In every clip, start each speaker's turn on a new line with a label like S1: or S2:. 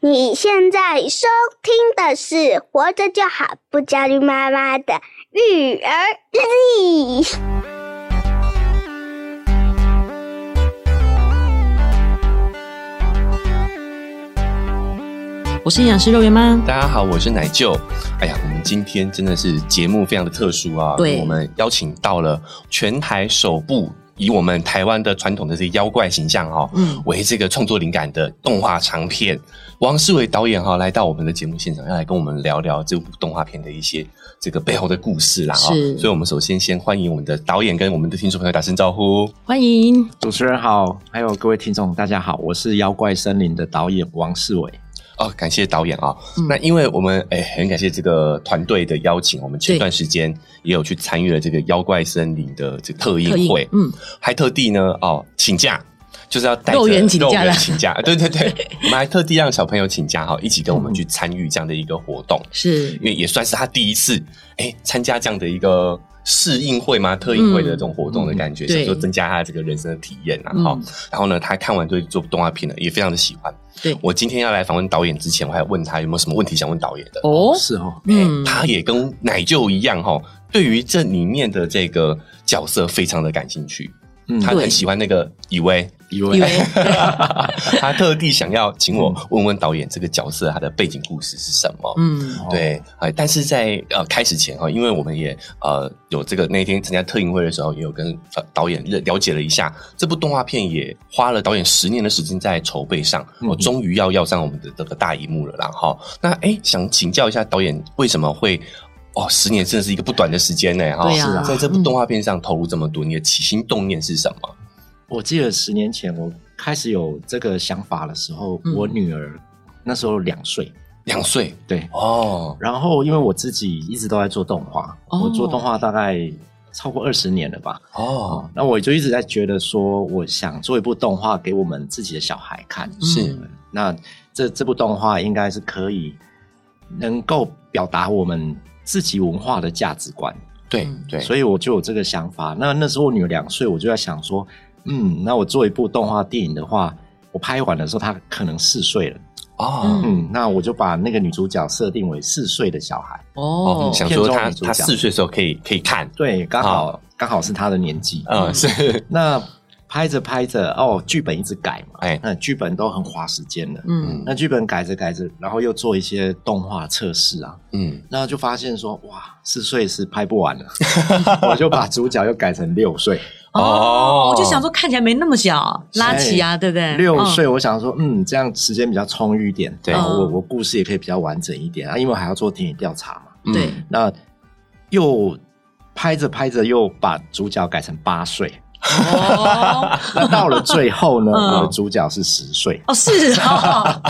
S1: 你现在收听的是《活着就好，不焦虑妈妈的育儿日记》。
S2: 我是营养师肉圆妈。
S3: 大家好，我是奶舅。哎呀，我们今天真的是节目非常的特殊啊！
S2: 对
S3: 我们邀请到了全台首部以我们台湾的传统的这些妖怪形象哈、
S2: 嗯，
S3: 为这个创作灵感的动画长片，王世维导演哈、来到我们的节目现场，要来跟我们聊聊这部动画片的一些这个背后的故事啦、哦。
S2: 是
S3: 所以我们首先先欢迎我们的导演跟我们的听众朋友打声招呼。
S2: 欢迎。
S4: 主持人好，还有各位听众，大家好，我是《妖怪森林》的导演王世伟。
S3: 哦，感谢导演啊、
S2: 嗯
S3: 那因为我们哎、很感谢这个团队的邀请，我们前
S2: 对
S3: 段时间也有去参与了这个妖怪森林的这个特
S2: 特
S3: 映会，
S2: 嗯，
S3: 还特地呢哦请假，就是要带着
S2: 肉圆请假
S3: 肉圆
S2: 啦
S3: 请假，呃对 对对，我们还特地让小朋友请假哈，一起跟我们去参与这样的一个活
S2: 嗯
S3: 动，
S2: 是
S3: 因为也算是他第一次哎参加这样的一个。试映会吗？特映会的这种活动的感觉，
S2: 嗯
S3: 想说
S2: 对
S3: 增加他这个人生的体验啊，哈、
S2: 嗯，
S3: 然后呢，他看完这这部动画片呢，也非常的喜欢。
S2: 对
S3: 我今天要来访问导演之前，我还问他有没有什么问题想问导演的。
S2: 哦，
S4: 是哦，
S2: 嗯
S3: 嗯，他也跟奶舅一样哈、哦，对于这里面的这个角色非常的感兴趣，
S4: 嗯，
S3: 哎他
S2: 对
S3: 很喜欢那个 以为，
S4: 以
S2: 以
S4: 为
S2: 为
S3: 他特地想要请我问问导演这个角色他的背景故事是什么。
S2: 嗯，
S3: 对，呃，但是在呃开始前哈，因为我们也呃有这个那天参加特映会的时候，也有跟呃导演了了解了一下，这部动画片也花了导演十年的时间在筹备上，
S4: 嗯
S3: 哦，终于要要上我们的这个大荧幕了啦哈。那哎，想请教一下导演，为什么会哦十年真的是一个不短的时间呢？哈、
S2: 对啊是啊
S3: 在这部
S2: 嗯
S3: 动画片上投入这么多，你的起心动念是什么？
S4: 我记得十年前我开始有这个想法的时候，
S2: 嗯
S4: 我女儿那时候两岁，
S3: 两岁
S4: 对。
S3: 哦，
S4: 然后因为我自己一直都在做动画，
S2: 哦
S4: 我做动画大概超过二十年了吧。
S3: 哦，
S4: 那我就一直在觉得说，我想做一部动画给我们自己的小孩看，
S3: 是
S2: 嗯
S4: 那这这部动画应该是可以能够表达我们自己文化的价值观，
S3: 对
S2: 嗯
S3: 对，
S4: 所以我就有这个想法。那那时候我女儿两岁，我就在想说，嗯，那我做一部动画电影的话，我拍完的时候她可能四岁了，
S3: 哦。
S4: 嗯，那我就把那个女主角设定为四岁的小孩，
S2: 哦
S3: 哦，，想说
S4: 片中
S3: 他
S4: 女主
S3: 他
S4: 角
S3: 四岁的时候可以可以看，
S4: 对，刚好刚好是她的年纪，
S3: 嗯，是，
S4: 那拍着拍着，哦，剧本一直改嘛，
S3: 哎
S4: 那剧本都很花时间的。
S2: 嗯，
S4: 那剧本改着改着，然后又做一些动画测试啊，
S3: 嗯，
S4: 那就发现说，哇，四岁是拍不完了，我就把主角又改成六岁。
S2: 哦
S3: 哦，哎
S2: 我就想说看起来没那么小，拉齐啊，对不对？
S4: 六
S2: 嗯
S4: 岁，我想说，嗯，这样时间比较充裕一点，
S3: 对
S4: 然后我
S2: 嗯
S4: 我故事也可以比较完整一点啊，因为我还要做田野调查嘛。
S3: 嗯
S2: 对，
S4: 那又拍着拍着又把主角改成八岁，
S3: 嗯
S2: 哦，
S4: 那到了最后呢，
S2: 嗯
S4: 我的主角是十岁。
S2: 哦是 哦，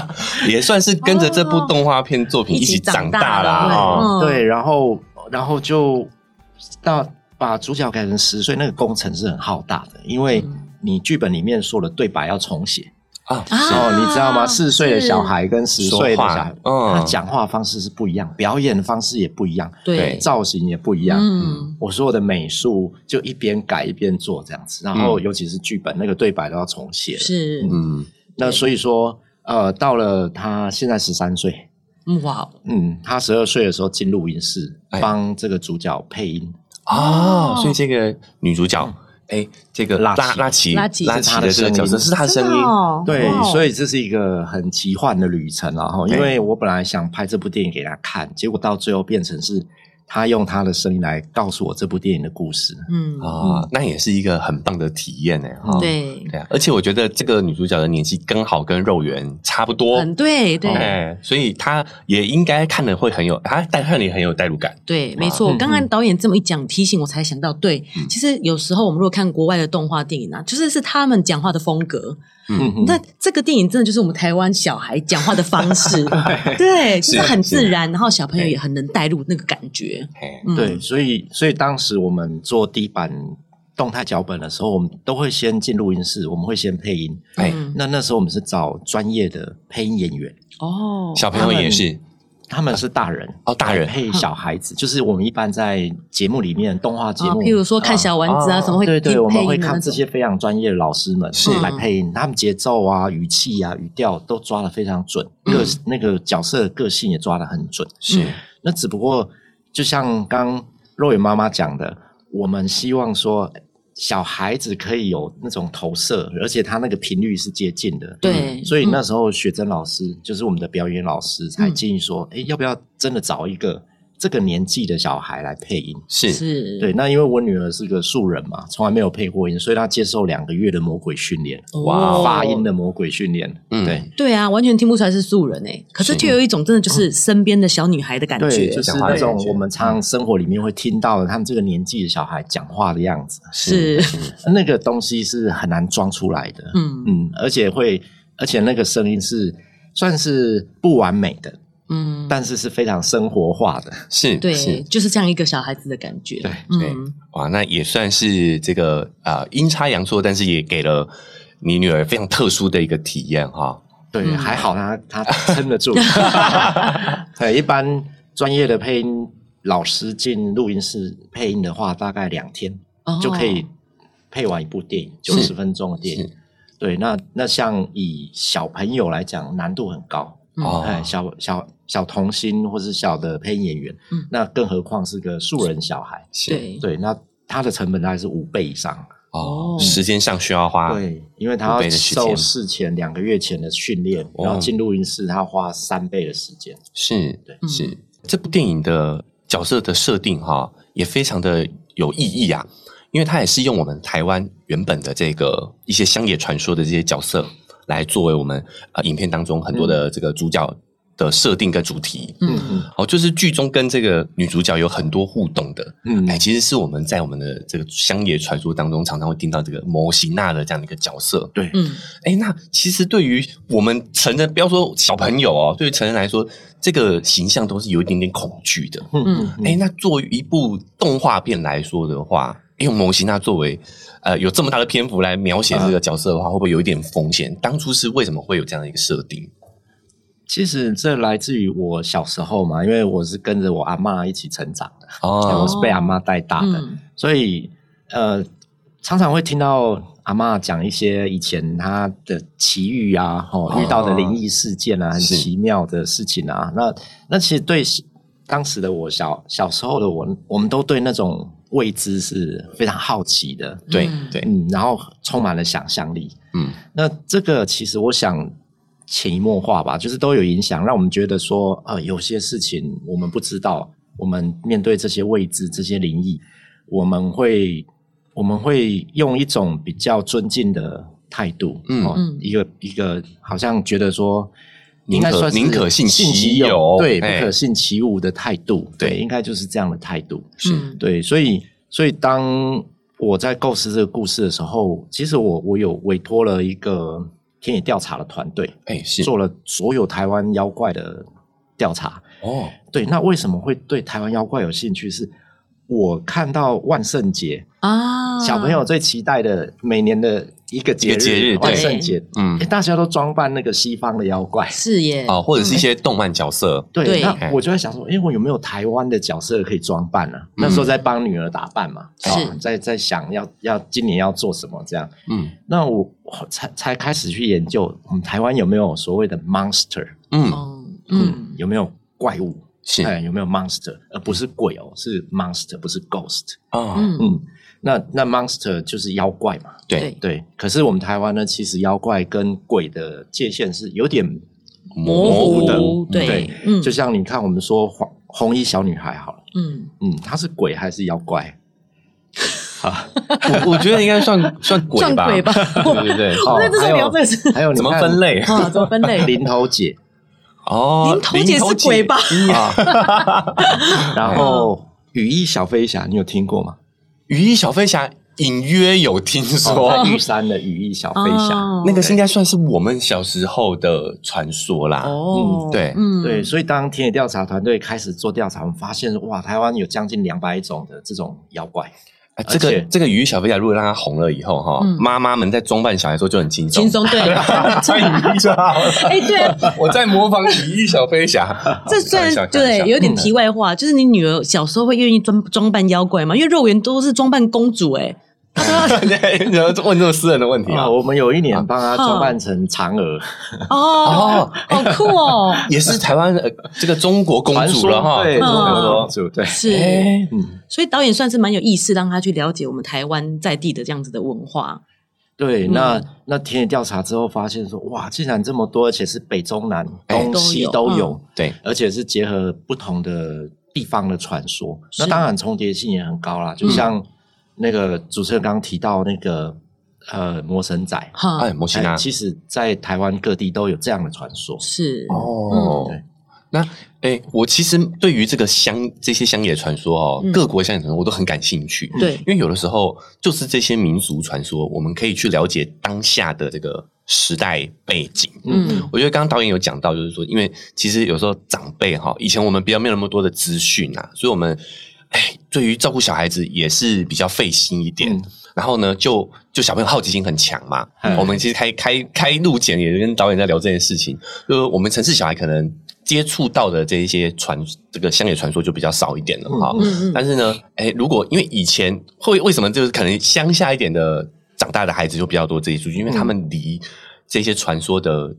S3: 也算是跟着这部动画片作哦品一起长大啦。哦
S2: 嗯
S4: 对，然后然后就到把主角改成十岁，那个工程是很浩大的，因为
S2: 嗯
S4: 你剧本里面说的对白要重写。
S3: 啊，
S2: 啊
S4: 哦，你知道吗？四岁的小，孩跟十岁的小孩，
S3: 说话嗯
S4: 他讲话方式是不一样，表演的方式也不一样，
S2: 是对
S3: 对，
S4: 造型也不一样。
S2: 嗯，
S4: 我所有的美术就一边改一边做这样子，然后尤其是剧本那个对白都要重写了。
S2: 是，
S3: 嗯，
S4: 那所以说，呃，到了他现在十三岁，
S2: 嗯哇，
S4: 嗯，他十二岁的时候进录音室
S3: 哎
S4: 帮这个主角配音，
S3: 哦，所以这个女主角，哎，这个
S4: 拉
S3: 拉
S4: 奇
S3: 拉奇
S2: 拉奇
S3: 拉奇的这个角色是她的哦声音，
S2: 哦
S4: 对，所
S2: 以
S4: 以这是一个很奇幻的旅程啊！哈，因为我本来想拍这部电影给他看，结果到最后变成是他用他的声音来告诉我这部电影的故事。
S2: 嗯，
S3: 啊，那也是一个很棒的体验呢。哈，
S2: 对，
S3: 对啊，而且我觉得这个女主角的年纪刚好跟肉圆差不多。
S2: 很对对。
S3: 哎，所以她也应该看了会很有，她但看了也很有代入 感。
S2: 对，没错。
S4: 嗯
S2: 刚刚导演这么一讲，提醒我才想到，对，其实有时候我们如果看国外的动画电影啊，就是是他们讲话的风格。
S4: 嗯
S2: 那这个电影真的就是我们台湾小孩讲话的方 式，
S3: 哎
S2: 对，就是
S3: 是
S2: 很自然，然后小朋友也很能带入那个感觉。
S3: 哎，
S2: 嗯
S4: 哎对，，所以所以当时我们做第一版动态脚本的时候，我们都会先进录音室，我们会先配音。
S3: 哎，
S2: 嗯
S4: 那那时候我们是找专业的配音演员，
S2: 哦，
S3: 小朋友也是，
S4: 他们是大人
S3: 哦大人
S4: 来配小孩子，就是我们一般在节目里面动画节
S2: 啊，
S4: 目，
S2: 譬如说看小丸子啊，
S3: 啊
S2: 怎么会
S4: 哦对对，我们
S2: 配
S4: 会
S2: 音的
S4: 看
S2: 那
S4: 这
S2: 种
S4: 些非常专业的老师们
S3: 是
S4: 来配音，他们节奏啊、语气啊、语调都抓得非常准，
S2: 嗯
S4: 个、那个角色的个性也抓得很准。
S3: 是
S2: 嗯
S4: 那只不过就像刚若雨妈妈讲的，我们希望说小孩子可以有那种投射，而且他那个频率是接近的。
S2: 对，
S4: 所以
S2: 嗯
S4: 那时候雪珍老师、就是我们的表演老师，才建议说，哎、要不要真的找一个这个年纪的小孩来配音？
S3: 是
S2: 是
S4: 对，那因为我女儿是个素人嘛，从来没有配过音，所以她接受两个月的魔鬼训练，
S3: 哇
S2: 哦
S4: 发音的魔鬼训练。
S3: 嗯
S4: 对
S2: 对啊，完全听不出来是素人哎、可是
S3: 是
S2: 就有一种真的就是身边的小女孩的感觉，嗯
S4: 嗯对，就是
S3: 讲话
S4: 那
S3: 的感
S4: 种
S3: 觉
S4: 我们常常生活里面会听到的，他们这个年纪的小孩讲话的样子，
S2: 是
S4: 那个东西是很难装出来的。
S2: 嗯
S4: 嗯，而且会，而且那个声音是算是不完美的，
S2: 嗯，
S4: 但是是非常生活化的。
S3: 是
S2: 对，
S3: 是
S2: 就是这样一个小孩子的感觉，
S3: 对对
S2: 嗯，
S3: 哇，那也算是这个啊阴差阳错，但是也给了你女儿非常特殊的一个体验哈。
S4: 对，
S2: 嗯
S4: 还好他他撑得住。对，一般专业的配音老师进录音室配音的话，大概两天
S2: 哦
S4: 就可以配完一部电影，九
S3: 是
S4: 十分钟的电影
S3: 是。
S4: 对，那那像以小朋友来讲，难度很高。
S2: 嗯
S3: 哦
S4: 哎，小小小童星或是小的配音演员，
S2: 嗯
S4: 那更何况是个素人小孩。
S3: 是
S2: 对
S4: 对，那他的成本大概是五倍以上。
S3: 哦
S2: 哦，
S3: 时间上需要花
S4: 对，因为他
S3: 啊五
S4: 要
S3: 倍的时间
S4: 受事前两个月前的训练，
S3: 哦
S4: 然后进录音室，他要花三倍的时间。
S3: 是
S4: 对
S2: 嗯
S3: 是，这部电影的角色的设定哈、也非常的有意义啊，因为它也是用我们台湾原本的这个一些乡野传说的这些角色，来作为我们呃影片当中很多的这个主角的设定跟主题。
S2: 嗯
S4: 嗯
S3: 哦，就是剧中跟这个女主角有很多互动的，
S4: 嗯
S3: 哎，其实是我们在我们的这个乡野传说当中常常会听到这个摩西娜的这样的一个角色，
S4: 对，
S2: 嗯
S3: 哎，那其实对于我们成人，不要说小朋友哦，对于成人来说，这个形象都是有一点点恐惧的。
S2: 嗯
S4: 嗯，
S3: 哎、那作为一部动画片来说的话，用摩西娜作为呃有这么大的篇幅来描写这个角色的话，会不会有一点风险？当初是为什么会有这样的一个设定？
S4: 其实这来自于我小时候嘛，因为我是跟着我阿嬷一起成长的，我
S3: 哦
S4: 是被阿嬷带大的，
S2: 嗯
S4: 所以呃，常常会听到阿嬷讲一些以前她的奇遇啊，哦
S3: 哦，
S4: 遇到的灵异事件啊，很
S3: 是
S4: 奇妙的事情啊。那那其实对当时的我小小时候的我，我们都对那种未知是非常好奇的，
S3: 对
S2: 嗯
S3: 对，
S4: 嗯，然后充满了想象力。
S3: 嗯，
S4: 那这个其实我想潜移默化吧，就是都有影响，让我们觉得说，呃，有些事情我们不知道，我们面对这些未知、这些灵异，我们会我们会用一种比较尊敬的态度，
S3: 嗯
S4: 哦
S2: 嗯
S4: 一个一个好像觉得说。
S3: 宁
S4: 应该
S3: 可
S4: 算是
S3: 宁可信其
S4: 信其
S3: 有
S4: 对，不
S3: 哎
S4: 可信其无的态度，
S3: 对
S4: 对，应该就是这样的态度。
S2: 嗯
S4: 对，所以所以当我在构思这个故事的时候，其实我我有委托了一个田野调查的团队，
S3: 哎、是
S4: 做了所有台湾妖怪的调查。
S3: 哦，
S4: 对，那为什么会对台湾妖怪有兴趣是？我看到万圣节，
S2: 啊，
S4: 小朋友最期待的每年的一个节
S3: 一个节日
S4: 万
S2: 对
S4: 圣节，
S3: 嗯
S4: 诶大家都装扮那个西方的妖怪，
S2: 是耶，
S3: 哦，或者是一些动漫角色，
S4: 对，
S2: 对
S4: 那我就在想说，哎、我有没有台湾的角色可以装扮呢、啊？那时候在帮女儿打扮嘛，
S2: 是
S4: 啊在在想要要今年要做什么这样。
S3: 嗯
S4: 那我我才才开始去研究，我们台湾有没有所谓的 monster，
S3: 嗯，
S2: 哦，嗯
S4: 有没有怪物？
S3: 是
S4: 哎，有没有 monster？而不是鬼哦，是 monster，不是 ghost。
S3: 啊，
S2: 嗯，
S4: 嗯，那那 monster 就是妖怪嘛，
S3: 对，
S4: 对。可是我们台湾呢，其实妖怪跟鬼的界限是有点
S2: 模
S3: 糊的，
S2: 糊对
S4: 对，
S2: 嗯，
S4: 就像你看，我们说红红衣小女孩好了，
S2: 嗯，
S4: 嗯，她是鬼还是妖怪？啊，
S3: 我我觉得应该算算鬼
S2: 撞
S3: 吧，，
S2: 鬼吧
S3: 对对对，
S2: 我们那时
S4: 还
S2: 候
S4: 有
S2: 聊这个是
S4: 还有
S3: 哦
S4: 你
S3: 怎么
S4: 看
S3: 分类？
S2: 啊，怎么分类？
S4: 零头姐，
S3: 哦，
S2: 零头姐是鬼吧
S3: 零头姐？ 啊
S4: 然后羽翼小飞侠，你有听过吗？
S3: 羽翼小飞侠隐约有听
S4: 哦
S3: 说
S4: 在，玉山的羽翼小飞侠。
S2: 哦
S3: 那个是应该算是我们小时候的传说啦。
S2: 哦
S4: 嗯，
S3: 对
S2: 嗯，
S4: 对，所以当田野 调查团队开始做调查，我们发现哇，台湾有将近两百种的这种妖怪，
S3: 哎这个
S4: 而且
S3: 这个鱼与小飞侠如果让他红了以后哈
S2: 嗯，
S3: 妈妈们在装扮小孩的时候就很轻松
S2: 轻。 松对，
S3: 穿雨衣就好了。
S2: 哎对，。
S3: 我在模仿羽翼小飞侠
S2: 这虽
S3: 开玩笑
S2: 然
S3: 开玩
S2: 对
S3: 笑
S2: 有点题外话，就是你女儿小时候会愿意装装扮妖怪吗？因为肉圆都是装扮公主哎，
S3: 对你要问这么私人的问题啊
S4: 啊，？我们有一年帮他装扮成嫦娥，
S2: 哦，好酷哦，
S3: 也是台湾呃这个中国公
S4: 传
S3: 主
S4: 说
S3: 了哈，
S4: 对，嗯
S3: 中
S4: 中
S3: 国
S4: 国
S3: 公
S4: 公
S3: 主哎
S4: 主，对，
S2: 是，
S4: 嗯，
S2: 所以导演算是蛮有意识，让他去了解我们台湾在地的这样子的文化，
S4: 对。
S2: 嗯
S4: 那那田野调查之后发现说，哇，竟然这么多，而且是北中南
S3: 哎
S4: 东西
S2: 都有
S4: 都
S2: 嗯
S4: 有，
S3: 对，
S4: 而且是结合不同的地方的传说。
S2: 是
S4: 那当然重叠性也很高啦，就
S2: 嗯
S4: 像那个主持人刚刚提到那个呃魔神仔，
S2: 哈，
S3: 哎，摩西
S4: 哎
S3: 娜
S4: 其实在台湾各地都有这样的传说。
S2: 是，
S3: 哦
S4: 嗯
S3: 那哎，我其实对于这个乡这些乡野传说哦
S2: 嗯，
S3: 各国乡野传说我都很感兴趣，
S2: 对
S3: 因，为有的时候就是这些民俗传说，我们可以去了解当下的这个时代背景。
S2: 嗯，
S3: 我觉得刚刚导演有讲到，就是说，因为其实有时候长辈哈，以前我们比较没有那么多的资讯啊，所以我们哎，对于照顾小孩子也是比较费心一点。
S4: 嗯
S3: 然后呢，就就小朋友好奇心很强嘛。
S4: 嗯
S3: 我们其实开开开路前也跟导演在聊这件事情，就是我们城市小孩可能接触到的这一些传这个乡野传说就比较少一点了哈。
S4: 嗯
S2: 嗯嗯，
S3: 但是呢，哎，如果因为以前会为什么就是可能乡下一点的长大的孩子就比较多这一出因为他
S2: 嗯
S3: 们离这些传说的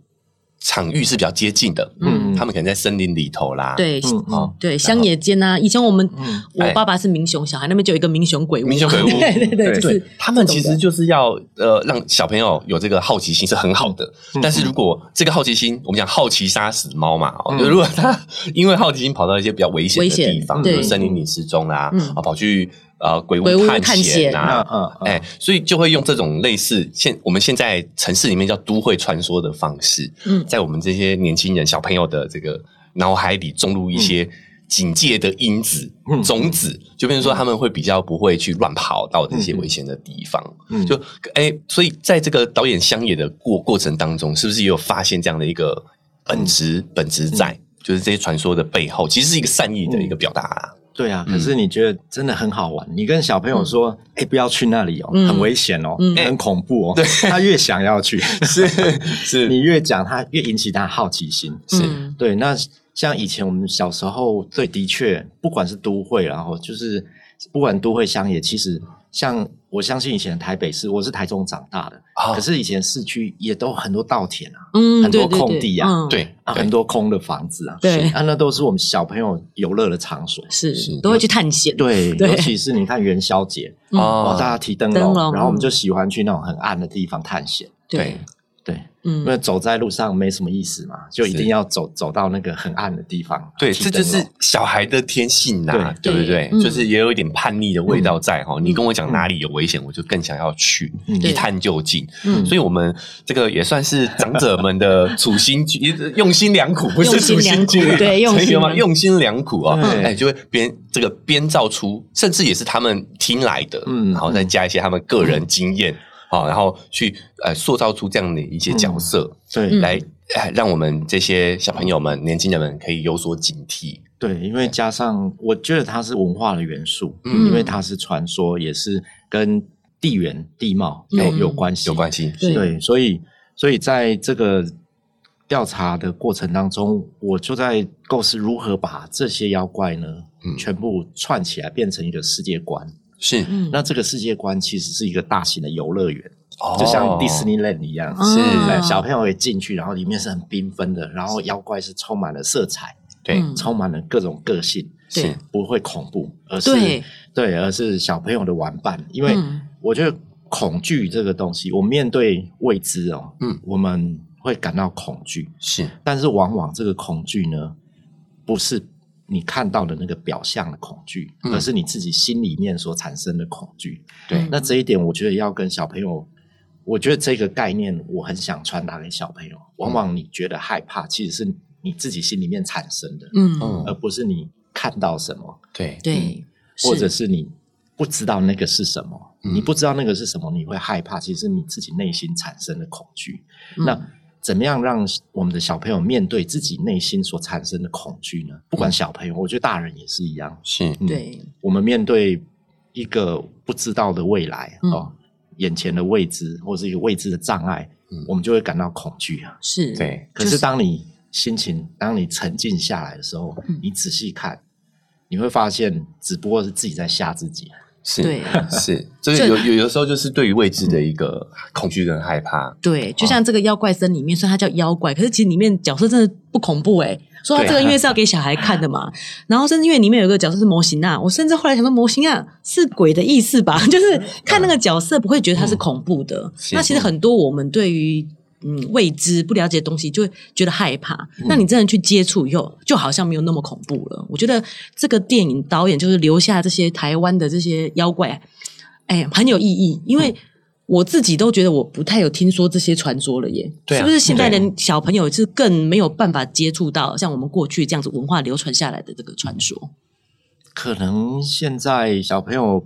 S3: 场域是比较接近的，
S2: 嗯
S3: 嗯，他们可能在森林里头啦，，
S2: 对
S4: 嗯嗯
S2: 对，乡野间呐，以前我们
S4: 嗯
S2: 我爸爸是民雄，小孩那边就有一个民雄鬼屋，
S3: 民雄鬼屋
S2: 对对对，
S4: 对
S2: 就是
S3: 他们其实就是要呃让小朋友有这个好奇心是很好的，
S4: 嗯
S3: 但是如果这个好奇心，我们讲好奇杀死猫嘛，哦
S4: 嗯
S3: 就如果他因为好奇心跑到一些比较危险
S2: 危
S3: 的
S2: 险
S3: 地方，比
S2: 对
S3: 如森林里失踪啦
S2: 嗯，
S3: 啊跑去呃鬼
S2: 鬼屋
S3: 屋探
S2: 探
S3: 险
S2: 险
S3: 啊
S4: 嗯，嗯，
S3: 哎、所以就会用这种类似现我们现在城市里面叫都会传说的方式，
S2: 嗯
S3: 在我们这些年轻人小朋友的这个脑海里种入一些警戒的因子、
S4: 嗯
S3: 种子，就变成说他们会比较不会去乱跑到这些危险的地方。
S4: 嗯
S3: 就哎、所以在这个导演乡野的过过程当中，是不是也有发现这样的一个本质、本质在？就是这些传说的背后，其实是一个善意的一个表达啊、
S4: 对啊，
S3: 嗯
S4: 可是你觉得真的很好玩，你跟小朋友说，哎、不要去那里哦，
S2: 嗯
S4: 很危险哦，
S2: 嗯
S4: 很恐怖哦，
S3: 哎对
S4: 他越想要去，
S3: 是是
S4: 你越讲他越引起他好奇心。
S3: 是
S2: 嗯
S4: 对，那像以前我们小时候，对，的确，不管是都会，然后就是不管都会乡野，其实像我相信以前台北市，我是台中长大的，
S3: 啊
S4: 可是以前市区也都很多稻田啊，
S2: 嗯，
S4: 很多
S2: 对对
S4: 空
S2: 对
S4: 地啊
S2: 嗯
S3: 对
S4: 啊很多空的房子啊，
S2: 对
S4: 啊，那都是我们小朋友游乐的场所。
S2: 是
S3: 是
S2: 都会去探险，
S4: 对，
S2: 对
S4: 尤其是你看元宵节，
S2: 嗯
S4: 哦，
S3: 哦
S4: 大家提灯
S2: 灯
S4: 笼，
S2: 笼嗯
S4: 然后我们就喜欢去那种很暗的地方探险。
S3: 对，
S4: 对，因为
S2: 嗯，
S4: 走在路上没什么意思嘛，就一定要走走到那个很暗的地方。
S3: 对，
S4: 啊提
S3: 这
S4: 灯
S3: 就
S4: 笼
S3: 是小孩的天性呐、
S2: 对
S3: 对不对？
S2: 嗯
S3: 就是也有一点叛逆的味道在哈、你跟我讲哪里有危险，我就更想要去、
S4: 嗯
S3: 一探究竟。
S2: 嗯
S3: 所以，我们这个也算是长者们的处心积 用心良苦，不是处心积
S2: 用心良苦
S3: 虑，
S2: 对用心良苦
S3: 吗？用心良苦啊！
S4: 对
S3: 哎，就会编这个编造出，甚至也是他们听来的，
S4: 嗯
S3: 嗯，然后再加一些他们个人经验。好，然后去呃塑造出这样的一些角色，
S2: 嗯
S4: 对
S3: 来哎让我们这些小朋友们、年轻人们可以有所警惕。
S4: 对，因为加上我觉得它是文化的元素，
S3: 嗯
S4: 因为它是传说，也是跟地缘地貌
S2: 嗯
S4: 有有关系，
S3: 有关系，
S2: 对
S4: 对，所以所以在这个调查的过程当中，我就在构思如何把这些妖怪呢，
S3: 嗯
S4: 全部串起来变成一个世界观。
S3: 是，
S2: 嗯
S4: 那这个世界观其实是一个大型的游乐园，
S3: 哦
S4: 就像迪士尼 land 一样。
S2: 哦
S3: 是
S4: 哎小朋友也进去，然后里面是很缤纷的，然后妖怪是充满了色彩，
S3: 对
S2: 嗯
S4: 充满了各种个性，
S2: 对
S3: 是
S4: 不会恐怖，而是
S2: 对，
S4: 对，而是小朋友的玩伴。因为
S2: 嗯
S4: 我觉得恐惧这个东西，我们面对未知哦，
S3: 嗯，
S4: 我们会感到恐惧，
S3: 是
S4: 但是往往这个恐惧呢，不是你看到的那个表象的恐惧，
S3: 嗯
S4: 而是你自己心里面所产生的恐惧。
S3: 对
S4: 那这一点，我觉得要跟小朋友。我觉得这个概念，我很想传达给小朋友。往往你觉得害怕，其实是你自己心里面产生的，
S2: 嗯嗯
S3: 嗯
S4: 而不是你看到什么。
S3: 对
S2: 对，
S4: 或者
S2: 是
S4: 是你不知道那个是什么，
S3: 嗯
S4: 你不知道那个是什么，你会害怕，其实是你自己内心产生的恐惧。
S2: 嗯
S4: 那怎么样让我们的小朋友面对自己内心所产生的恐惧呢？不管小朋友，我觉得大人也是一样。
S3: 是
S4: 嗯
S2: 嗯对
S4: 我们面对一个不知道的未来、
S2: 嗯
S4: 哦，眼前的未知或是一个未知的障碍，
S3: 嗯
S4: 我们就会感到恐惧啊。
S2: 是，
S3: 对，
S4: 可是当你心情，当你沉静下来的时候，
S2: 嗯
S4: 你仔细看，你会发现，只不过是自己在吓自己。
S3: 是，
S2: 对，
S3: 是，就是有有有的时候就是对于未知的一个恐惧跟害怕，
S2: 对，就像这个妖怪森里面，虽然它叫妖怪，可是其实里面角色真的不恐怖诶、说到这个，
S3: 对啊
S2: 因为是要给小孩看的嘛，然后甚至因为里面有一个角色是模型啊，我甚至后来想说，模型啊是鬼的意思吧？ 就是看那个角色不会觉得它是恐怖的。
S3: 嗯是
S2: 那其实很多我们对于嗯未知不了解的东西，就会觉得害怕。
S3: 嗯
S2: 那你真的去接触以后，就好像没有那么恐怖了。我觉得这个电影导演就是留下这些台湾的这些妖怪，哎，很有意义，因为。我自己都觉得我不太有听说这些传说了耶，
S3: 对啊
S2: 是不是现在的小朋友是更没有办法接触到像我们过去这样子文化流传下来的这个传说？
S4: 可能现在小朋友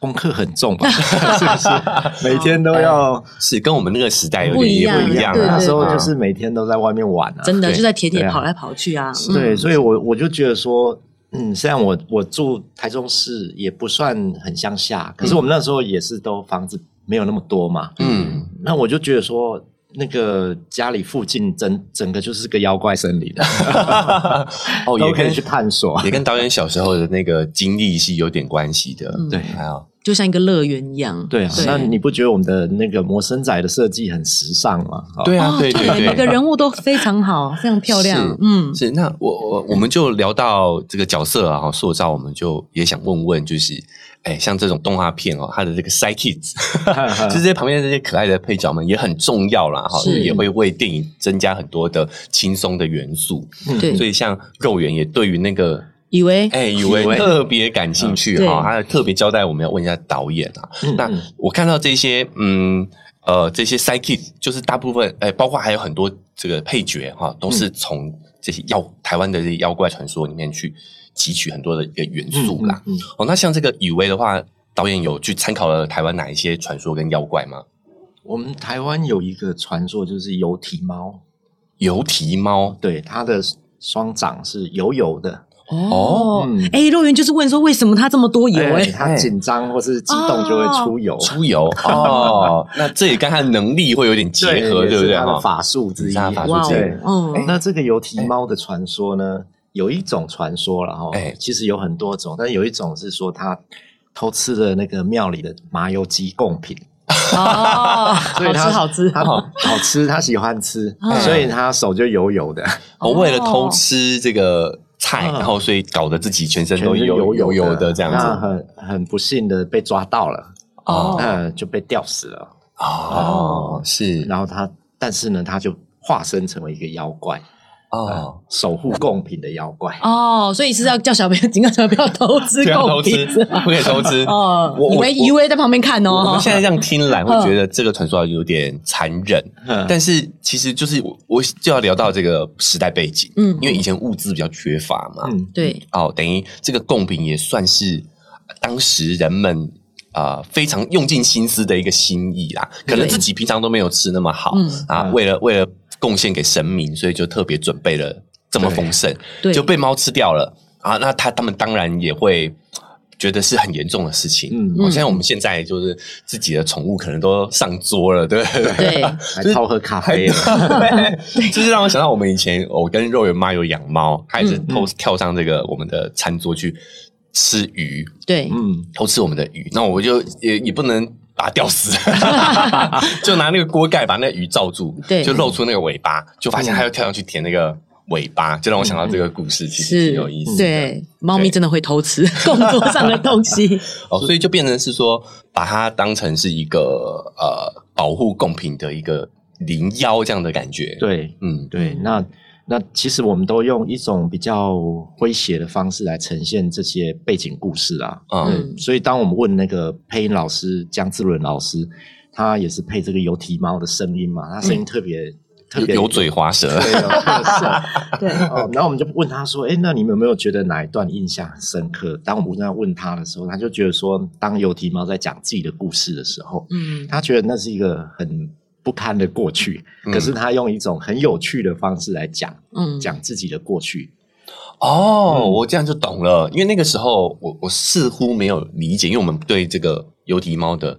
S4: 功课很重 吧，是
S2: 哦
S4: 不是？每天都要。
S3: 是跟我们那个时代有
S2: 不
S3: 点
S2: 一
S3: 也
S2: 样
S3: 不一样
S2: 哎对
S3: 啊。
S4: 那时候
S3: 啊
S4: 就是每天都在外面玩啊，
S2: 真的
S3: 对
S2: 就在田野
S4: 对啊
S2: 跑来跑去啊，
S3: 是
S2: 嗯
S4: 对，所以我我就觉得说，嗯，虽然我我住台中市也不算很乡
S2: 嗯
S4: 下，可是我们那时候也是都房子没有那么多嘛，
S3: 嗯，
S4: 那我就觉得说，那个家里附近整整个就是个妖怪 森林，
S3: 哦，
S4: 都
S3: 也
S4: 可以
S3: 跟
S4: 去探索。
S2: 嗯
S3: 也跟导演小时候的那个经历是有点关系的。
S2: 嗯
S4: 对
S3: 还有
S2: 就像一个乐园一样。
S4: 对啊，那你不觉得我们的那个魔神仔的设计很时尚吗？哦
S3: 对啊，
S2: 哦
S3: 对
S2: 每个
S3: 对。
S2: 人物都非常好，非常漂亮
S3: 是。
S2: 嗯，
S3: 是，那我我我们就聊到这个角色啊，哈塑造，我们就也想问问，就是，哎，像这种动画片哦，它的这个 side kids，
S2: 嗯
S3: 就是 这 些旁边的这些可爱的配角们也很重要啦，哈，
S2: 是
S3: 就是也会为电影增加很多的轻松的元素。
S4: 嗯
S2: 对
S3: 所以像肉圆也对于那个
S2: 以为
S3: 哎以为特别感兴趣
S2: 嗯
S3: 哈、
S2: 对
S3: 他特别交代我们要问一下导演啊。
S4: 嗯
S3: 那
S4: 嗯
S3: 我看到这些嗯呃这些 psychic，就是大部分哎包括还有很多这个配角哈、都
S4: 嗯
S3: 是从这些妖台湾的这些妖怪传说里面去汲取很多的一个元素啦。
S4: 嗯嗯
S3: 哦，那像这个以为的话。导演有去参考了台湾哪一些传说跟妖怪吗？
S4: 我们台湾有一个传说，就是油蹄猫，
S3: 油蹄猫，
S4: 对，它的双掌是油油的，
S2: 哦
S4: 嗯，
S2: 哎，肉圆就是问说为什么他这么多油？
S4: 哎
S2: 哎，
S4: 它紧张或是激动就会出油，
S3: 出油哦， 那这也跟他的能力会有点结合，对不
S4: 也是
S3: 对？
S4: 它的
S3: 哈，
S4: 法术之一。
S3: 是它的法术
S2: 哇
S3: 之一对
S2: 哦，嗯，
S4: 那这个油蹄猫的传说呢，有一种传说了哈
S3: 哎，
S4: 其实有很多种，但有一种是说它偷吃了那个庙里的麻油鸡贡品，
S2: 哦，好
S4: 所以
S2: 吃
S4: 它
S2: 好吃，
S4: 它好吃，它喜欢吃
S2: 嗯，
S4: 所以它手就油油的，
S3: 我哦为了偷吃这个菜，
S4: 哦
S3: 然后所以搞得自己全身都
S4: 全身
S3: 油
S4: 油
S3: 油
S4: 的啊
S3: 的这样
S4: 那
S3: 子
S4: 很很不幸的被抓到了，
S2: 哦
S4: 呃，就被吊死了。
S3: 哦，是
S4: 然后它，但是呢，它就化身成为一个妖怪，
S3: 哦
S4: 呃。守护贡品的妖怪。
S2: 哦，所以是要叫小朋友警告小朋友不要偷吃
S3: 不要
S2: 狗
S3: 偷吃
S2: 皮子。，
S3: 不可以偷吃。
S2: 哦，
S3: 我
S2: 以
S3: 我
S2: 为以为在旁边看
S3: 我
S2: 哦嗯
S3: 们，现在这样听来，会觉得这个传说有点残忍，
S4: 嗯
S3: 但是其实就是我我就要聊到这个时代背景，
S2: 嗯
S3: 因为以前物资比较缺乏嘛，
S4: 嗯，
S2: 对，
S3: 哦，等于这个贡品也算是当时人们啊、呃非常用尽心思的一个心意啦。可能
S2: 对
S3: 自己平常都没有吃那么好、
S2: 嗯
S3: 啊，
S4: 嗯
S3: 为了为了贡献给神明，所以就特别准备了这么丰盛，
S2: 对
S3: 就被猫吃掉了啊。那他他们当然也会。觉得是很严重的事情，
S4: 嗯
S3: 好、像我们现在就是自己的宠物可能都上桌了，对不对？
S2: 对
S4: 还
S3: 就是
S4: 偷喝咖
S3: 还
S4: 啡了。
S3: 对， 就是让我想到我们以前，我跟肉圆妈有养猫，她也是
S2: 嗯
S3: 偷跳上这个我们的餐桌去吃鱼，
S2: 对，
S4: 嗯，
S3: 偷吃我们的鱼。那我就也也不能把它吊 死，就拿那个锅盖把那个鱼罩住，
S2: 对
S3: 就露出那个尾巴，就发现它又跳上去舔那个尾巴，就让我想到这个故事，其实
S2: 是
S3: 挺有意思，的。
S2: 对，猫咪
S3: 嗯对
S2: 真的会偷吃 工作上的东西，
S3: 哦，所以就变成是说，把它当成是一个呃保护贡品的一个灵妖这样的感觉。，
S4: 对
S3: 嗯，
S4: 对，那那其实我们都用一种比较诙谐的方式来呈现这些背景故事啊。
S3: 啊、嗯，
S2: 嗯
S4: 所以，当我们问那个配音老师江志伦老师，他也是配这个油蹄猫的声音嘛，他声音特别、特别
S3: 嗯有嘴滑舌。
S4: 对，有特 色。
S2: 对，
S4: 哦，然后我们就问他说：“哎，那你们有没有觉得哪一段印象很深刻？”当我们这样问他的时候，他就觉得说，当油蹄猫在讲自己的故事的时候，
S2: 嗯，
S4: 他觉得那是一个很不堪的过去，
S3: 嗯
S4: 可是他用一种很有趣的方式来讲，
S2: 嗯
S4: 讲自己的过去。
S3: 哦，我这样就懂了，因为那个时候我我似乎没有理解，因为我们对这个油蹄猫的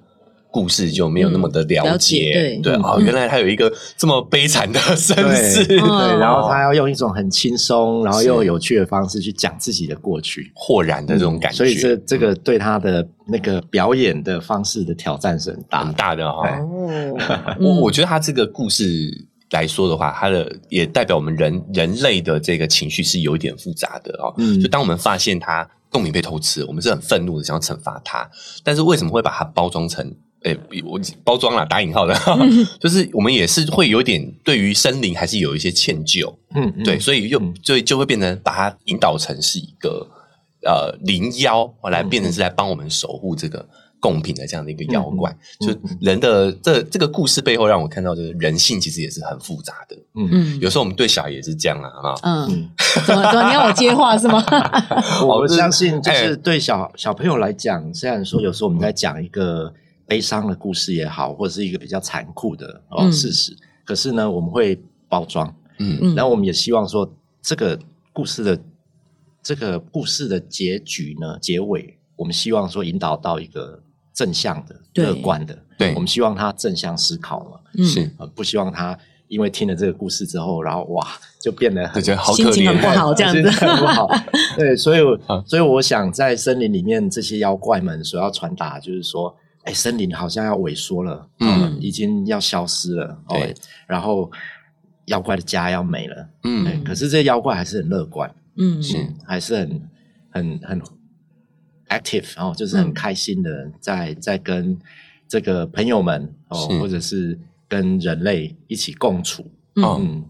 S3: 故事就没有那么的
S2: 嗯了
S3: 解
S2: 解，对
S3: 对啊、哦
S2: 嗯
S3: 原来它有一个这么悲惨的身世，
S4: 对
S2: 嗯
S4: 对，然后他要用一种很轻松，然后
S3: 是
S4: 又有趣的方式去讲自己的过去
S3: 豁然的这
S2: 嗯
S3: 种感觉，
S4: 嗯所以这这个对他的那个表演的方式的挑战是很大
S3: 很
S4: 的。
S3: 大的啊哈、
S4: 对
S2: 哦，
S3: 我
S2: 嗯
S3: 我觉得他这个故事来说的话，它的也代表我们人人类的这个情绪是有一点复杂的哦。
S4: 嗯
S3: 就当我们发现他贡品被偷吃，我们是很愤怒的，想要惩罚他，但是为什么会把它包装成？诶、我包装了打引号的， 就是我们也是会有点对于森林还是有一些歉疚，
S4: 嗯，嗯
S3: 对，，所以又
S4: 嗯
S3: 就就会变成把它引导成是一个呃灵妖，后来变成是来帮我们守护这个贡品的这样的一个妖怪。
S4: 嗯
S3: 就人的这这个故事背后，让我看到就是人性其实也是很复杂的。
S2: 嗯
S3: 有时候我们对小孩也是这样啊，啊，
S2: 嗯
S4: 嗯，
S2: 怎么怎么你要我接话是吗？
S4: 我
S3: 哦
S4: 我
S3: 这
S4: 相信就
S3: 哎
S4: 是对小小朋友来讲，虽然说有时候我们在讲一个悲伤的故事也好，或者是一个比较残酷的哦
S2: 嗯
S4: 事实，可是呢，我们会包装，
S3: 嗯
S2: 嗯
S4: 然后我们也希望说这个故事的这个故事的结局呢，结尾我们希望说引导到一个正向的、
S2: 对
S4: 乐观的，
S3: 对
S4: 我们希望他正向思考嘛，
S2: 嗯
S3: 是，
S4: 呃，不希望他因为听了这个故事之后，然后哇 就变得
S3: 我
S4: 很
S3: 觉得好
S2: 心
S3: 可
S2: 情很不
S3: 怜。
S2: 好这样
S4: 心
S2: 子
S4: 情很不好。对，所以我
S3: 啊
S4: 所以我想在森林里面，这些妖怪们所要传达就是说，哎，森林好像要萎缩了，
S3: 嗯
S4: 嗯，已经要消失了，哦
S3: 对，
S4: 然后妖怪的家要没了，哎
S3: 嗯，
S4: 可是这些妖怪还是很乐观，
S2: 嗯
S3: 是
S4: 还是很很很 active，然、哦、后就是很
S2: 嗯
S4: 开心的在、在跟这个朋友们哦
S3: 是，
S4: 或者是跟人类一起共处，
S3: 哦
S2: 嗯，
S4: 嗯，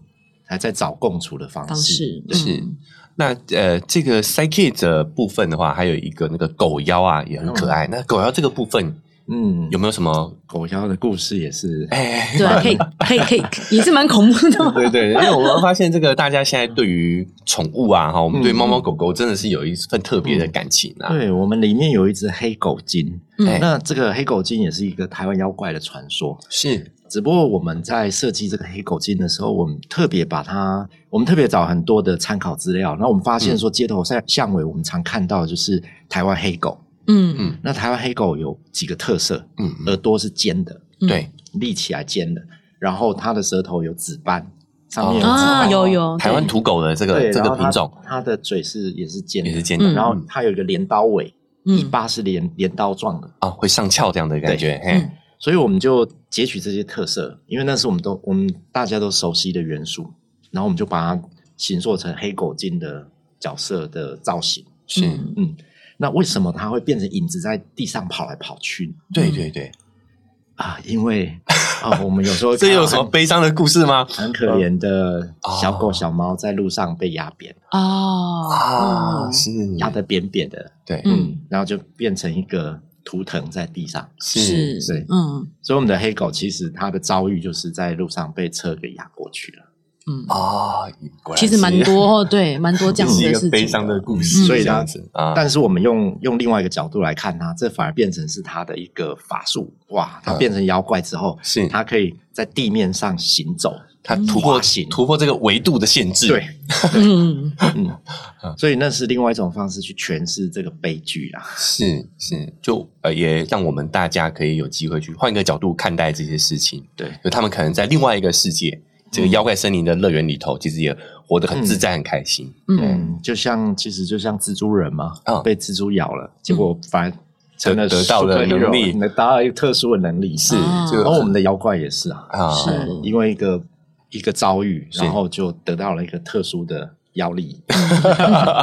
S4: 还在找共处的方
S2: 方
S4: 式
S2: 式，
S3: 是
S2: 嗯
S3: 那呃，这个 psychic 的部分的话，还有一个那个狗妖啊，也很可爱。那狗妖这个部分
S4: 嗯，
S3: 有没有什么？
S4: 狗妖的故事也是，
S3: 哎，
S2: 对啊，可以可以可以，也是蛮恐怖的嘛。
S3: 对对，因为我们发现这个大家现在对于宠物啊，哈，我们对猫猫狗狗真的是有一份特别的感情啊。
S4: 嗯对我们里面有一只黑狗精，
S3: 哎
S4: 那这个黑狗精也是一个台湾妖怪的传说，
S3: 是，
S4: 只不过我们在设计这个黑狗精的时候，我们特别把它，我们特别找很多的参考资料，然后我们发
S3: 嗯
S4: 现说，街头巷巷尾我们常看到的就是台湾黑狗。
S2: 嗯
S4: 那台湾黑狗有几个特色，
S3: 嗯，
S4: 耳朵是尖的，
S2: 嗯
S3: 对，
S4: 立起来尖的，然后它的舌头有紫斑，上面有紫
S2: 啊，
S4: 斑，
S2: 有有
S3: 哦台湾土狗的这个
S4: 嗯对，
S3: 这
S4: 然
S3: 个
S4: 后它
S3: 品种
S4: 它的嘴是也是尖的，
S3: 也是尖的，嗯
S2: 嗯
S4: 然后它有一个镰刀尾，
S2: 对
S4: 尾巴是镰镰刀状的，
S3: 啊会上翘这样的感觉，嘿
S2: 嗯，
S4: 所以我们就截取这些特色，因为那是我们都我们大家都熟悉的元素，然后我们就把它形塑成黑狗精的角色的造型。
S3: 是，
S2: 嗯
S4: 那为什么它会变成影子在地上跑来跑去
S3: 对对对，
S4: 啊？因为啊、我们有时候
S3: 这
S4: 看到
S3: 有什么
S4: 很
S3: 悲伤的故事
S2: 嗯
S3: 吗？
S4: 很可怜的
S3: 哦
S4: 小狗小猫在路上被压扁，
S2: 哦
S3: 啊，
S2: 嗯
S3: 是，
S4: 压得扁扁的，
S3: 对，
S2: 嗯
S4: 然后就变成一个图腾在地上。
S2: 是
S4: 对
S2: 嗯
S4: 所以我们的黑狗其实它的遭遇就是在路上被车给压过去了。
S2: 嗯，
S3: 啊，果然
S2: 其实蛮
S3: 是
S2: 多哦对，蛮多这样
S3: 这
S2: 子
S3: 是
S2: 的
S3: 一
S2: 事情。
S3: 个悲伤的故
S2: 嗯
S3: 事，
S4: 所以
S3: 这
S4: 它
S3: 样子啊，
S4: 但是我们用用另外一个角度来看它，这反而变成是它的一个法术。哇，它
S3: 嗯
S4: 变成妖怪之后，
S3: 是
S4: 它可以在地面上行走。
S3: 它突破
S4: 滑行
S3: 突破这个维度的限制，
S4: 对，，
S2: 嗯，
S4: 嗯，所以那是另外一种方式去诠释这个悲剧啊啦。
S3: 是是，就呃，也让我们大家可以有机会去换一个角度看待这些事情。
S4: 对，
S3: 就他们可能在另外一个世界，这个
S4: 嗯
S3: 妖怪森林的乐园里头，其实也活得很自
S4: 嗯
S3: 在、很开心。
S2: 嗯
S4: 嗯，就像其实就像蜘蛛人嘛，
S3: 嗯
S4: 被蜘蛛咬了，结果反而成了
S3: 得得到了
S4: superhero，
S3: 能力
S4: 得到了一个特殊的能力。是
S2: 啊
S3: 这
S4: 然
S3: 个
S4: 后我们的妖怪也是啊，
S3: 啊，
S2: 是
S4: 嗯因为一个一个遭遇，
S3: 是
S4: 然后就得到了一个特殊的妖力。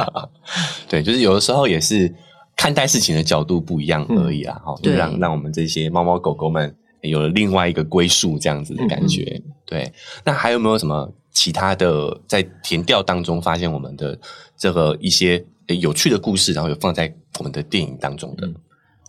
S3: 对，就是有的时候也是看待事情的角度不一
S4: 嗯
S3: 样而已啦。啊哈、就
S2: 对
S3: 让让我们这些猫猫狗狗们有了另外一个归宿，这样子的
S4: 嗯
S3: 感觉。对，那还有没有什么其他的在填调当中发现我们的这个一些诶有趣的故事，然后有放在我们的电影当中的？
S4: 嗯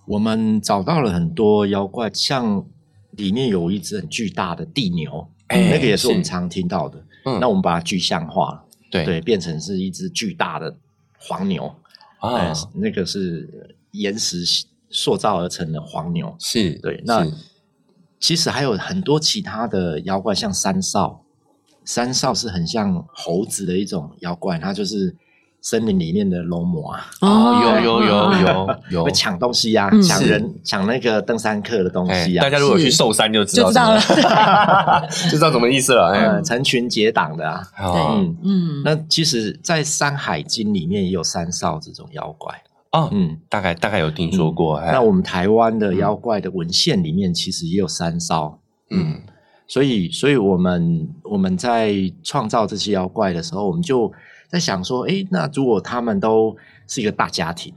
S4: 我们找到了很多妖怪，像里面有一只很巨大的地牛，
S3: 哎
S4: 那个也是我们
S3: 是
S4: 常听到的。
S3: 嗯
S4: 那我们把它具象化了，
S3: 对
S4: 对，变成是一只巨大的黄牛，
S3: 啊
S4: 哎，那个是岩石塑造而成的黄牛。
S3: 是
S4: 对，那
S3: 是
S4: 其实还有很多其他的妖怪，像三少，三少是很像猴子的一种妖怪，它就是森林里面的龙魔啊，
S3: 哦，有有 有有有
S4: 会，抢东西呀、
S2: 嗯
S4: 抢
S3: 是
S4: 人抢那个登山客的东
S3: 哎
S4: 西，呀、啊
S3: 大家如果去寿山就知道
S2: 就知道了
S3: 什么 就知道什么意思了。
S4: 呃
S3: 哎，
S4: 成群结党的啊。
S3: 好哦
S4: 嗯，
S2: 嗯，
S4: 那其实，在《山海经》里面也有三少这种妖怪。
S3: 哦，
S4: 嗯，
S3: 大概大概有听说过。哎
S4: 那我们台湾的妖怪的文献里面其实也有三少。
S3: 嗯
S4: 所以，所以我们我们在创造这些妖怪的时候，我们就在想说，诶，那如果他们都是一个大家庭，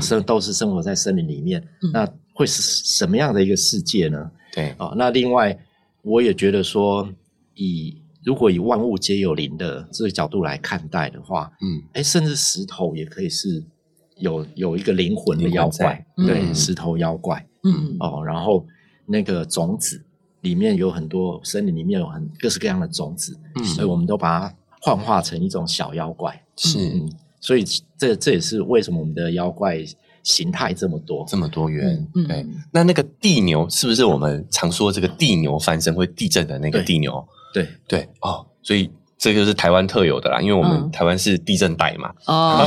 S3: 嗯，
S4: 生都是生活在森林里面，
S2: 嗯
S4: 那会是什么样的一个世界呢？
S3: 对，
S4: 哦，那另外我也觉得说，以如果以万物皆有灵的这个角度来看待的话，
S3: 嗯
S4: 哎，甚至石头也可以是有有一个灵魂的
S3: 灵魂
S4: 妖
S3: 在
S4: 怪，对，
S3: 嗯
S4: 石头妖怪
S2: 嗯
S4: 哦，然后那个种子里面有很多森林里面有很各式各样的种子，所
S3: 嗯，
S4: 以我们都把它幻化成一种小妖怪，
S3: 是
S4: 嗯，所以这这也是为什么我们的妖怪形态这么多，
S3: 这么多元。
S2: 嗯
S3: 对，那那个地牛是不是我们常说这个地牛翻身会地震的那个
S4: 对
S3: 地牛？
S4: 对，
S3: 对，哦，所以。这个就是台湾特有的啦，因为我们
S2: 嗯
S3: 台湾是地震带嘛，
S2: 哦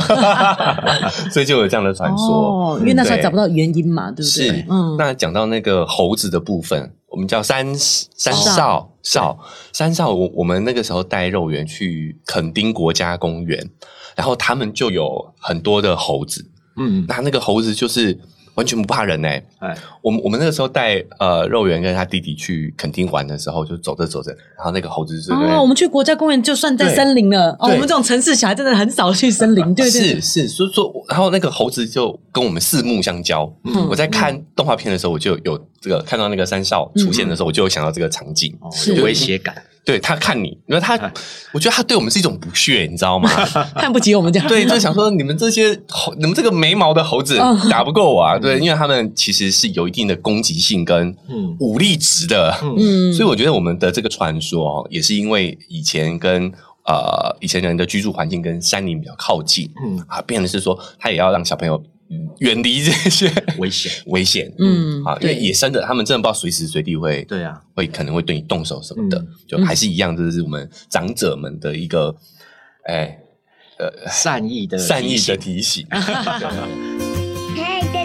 S3: 所以就有这样的传说。
S2: 哦，因为那时候
S3: 对
S2: 找不到原因嘛，对不
S3: 是
S2: 对？，嗯，
S3: 那讲到那个猴子的部分，我们叫三三
S2: 少
S3: 少少三少，我我们那个时候带肉圆去垦丁国家公园，然后他们就有很多的猴子，
S4: 嗯，
S3: 那那个猴子就是完全不怕人哎、
S4: 哎，
S3: 我们我们那个时候带呃肉圆跟他弟弟去垦丁玩的时候，就走着走着，然后那个猴子就在那边
S2: 哦，我们去国家公园就算在
S3: 对
S2: 森林了。哦，
S3: 对
S2: 我们这种城市小孩真的很少去森林，对对，
S3: 是是，所以说，然后那个猴子就跟我们四目相交。
S2: 嗯
S4: 哦
S3: 我在看动画片的时候，我就有这个看到那个山少出现的时候，我就有想到这个场景。
S4: 哦，
S2: 是
S4: 有威胁感，
S3: 对他看你，因为他
S2: 嗯
S4: 哎，
S3: 我觉得他对我们是一种不屑，你知道 吗？
S2: 看不起我们这样。
S3: 对，就想说你们这些猴，你们这个没毛的猴子
S2: 嗯
S3: 打不过我啊！对，因为他们其实是有一定的攻击性跟
S4: 嗯
S3: 武力值的。
S4: 嗯
S2: 嗯，
S3: 所以我觉得我们的这个传说哦，也是因为以前跟呃以前人的居住环境跟山林比较靠近，
S4: 嗯，
S3: 啊，变的是说他也要让小朋友嗯远离这些
S4: 危险，
S3: 危险。
S2: 嗯
S3: 啊，因
S2: 对
S3: 为野生的，他们真的不知道随时随地会
S4: 对啊，
S3: 会可能会对你动手什么的，
S4: 嗯
S3: 就还是一样，这是我们长者们的一个，哎、
S4: 善意的
S3: 善意
S4: 提
S3: 的
S4: 醒
S3: 提 醒。
S1: 嗨，大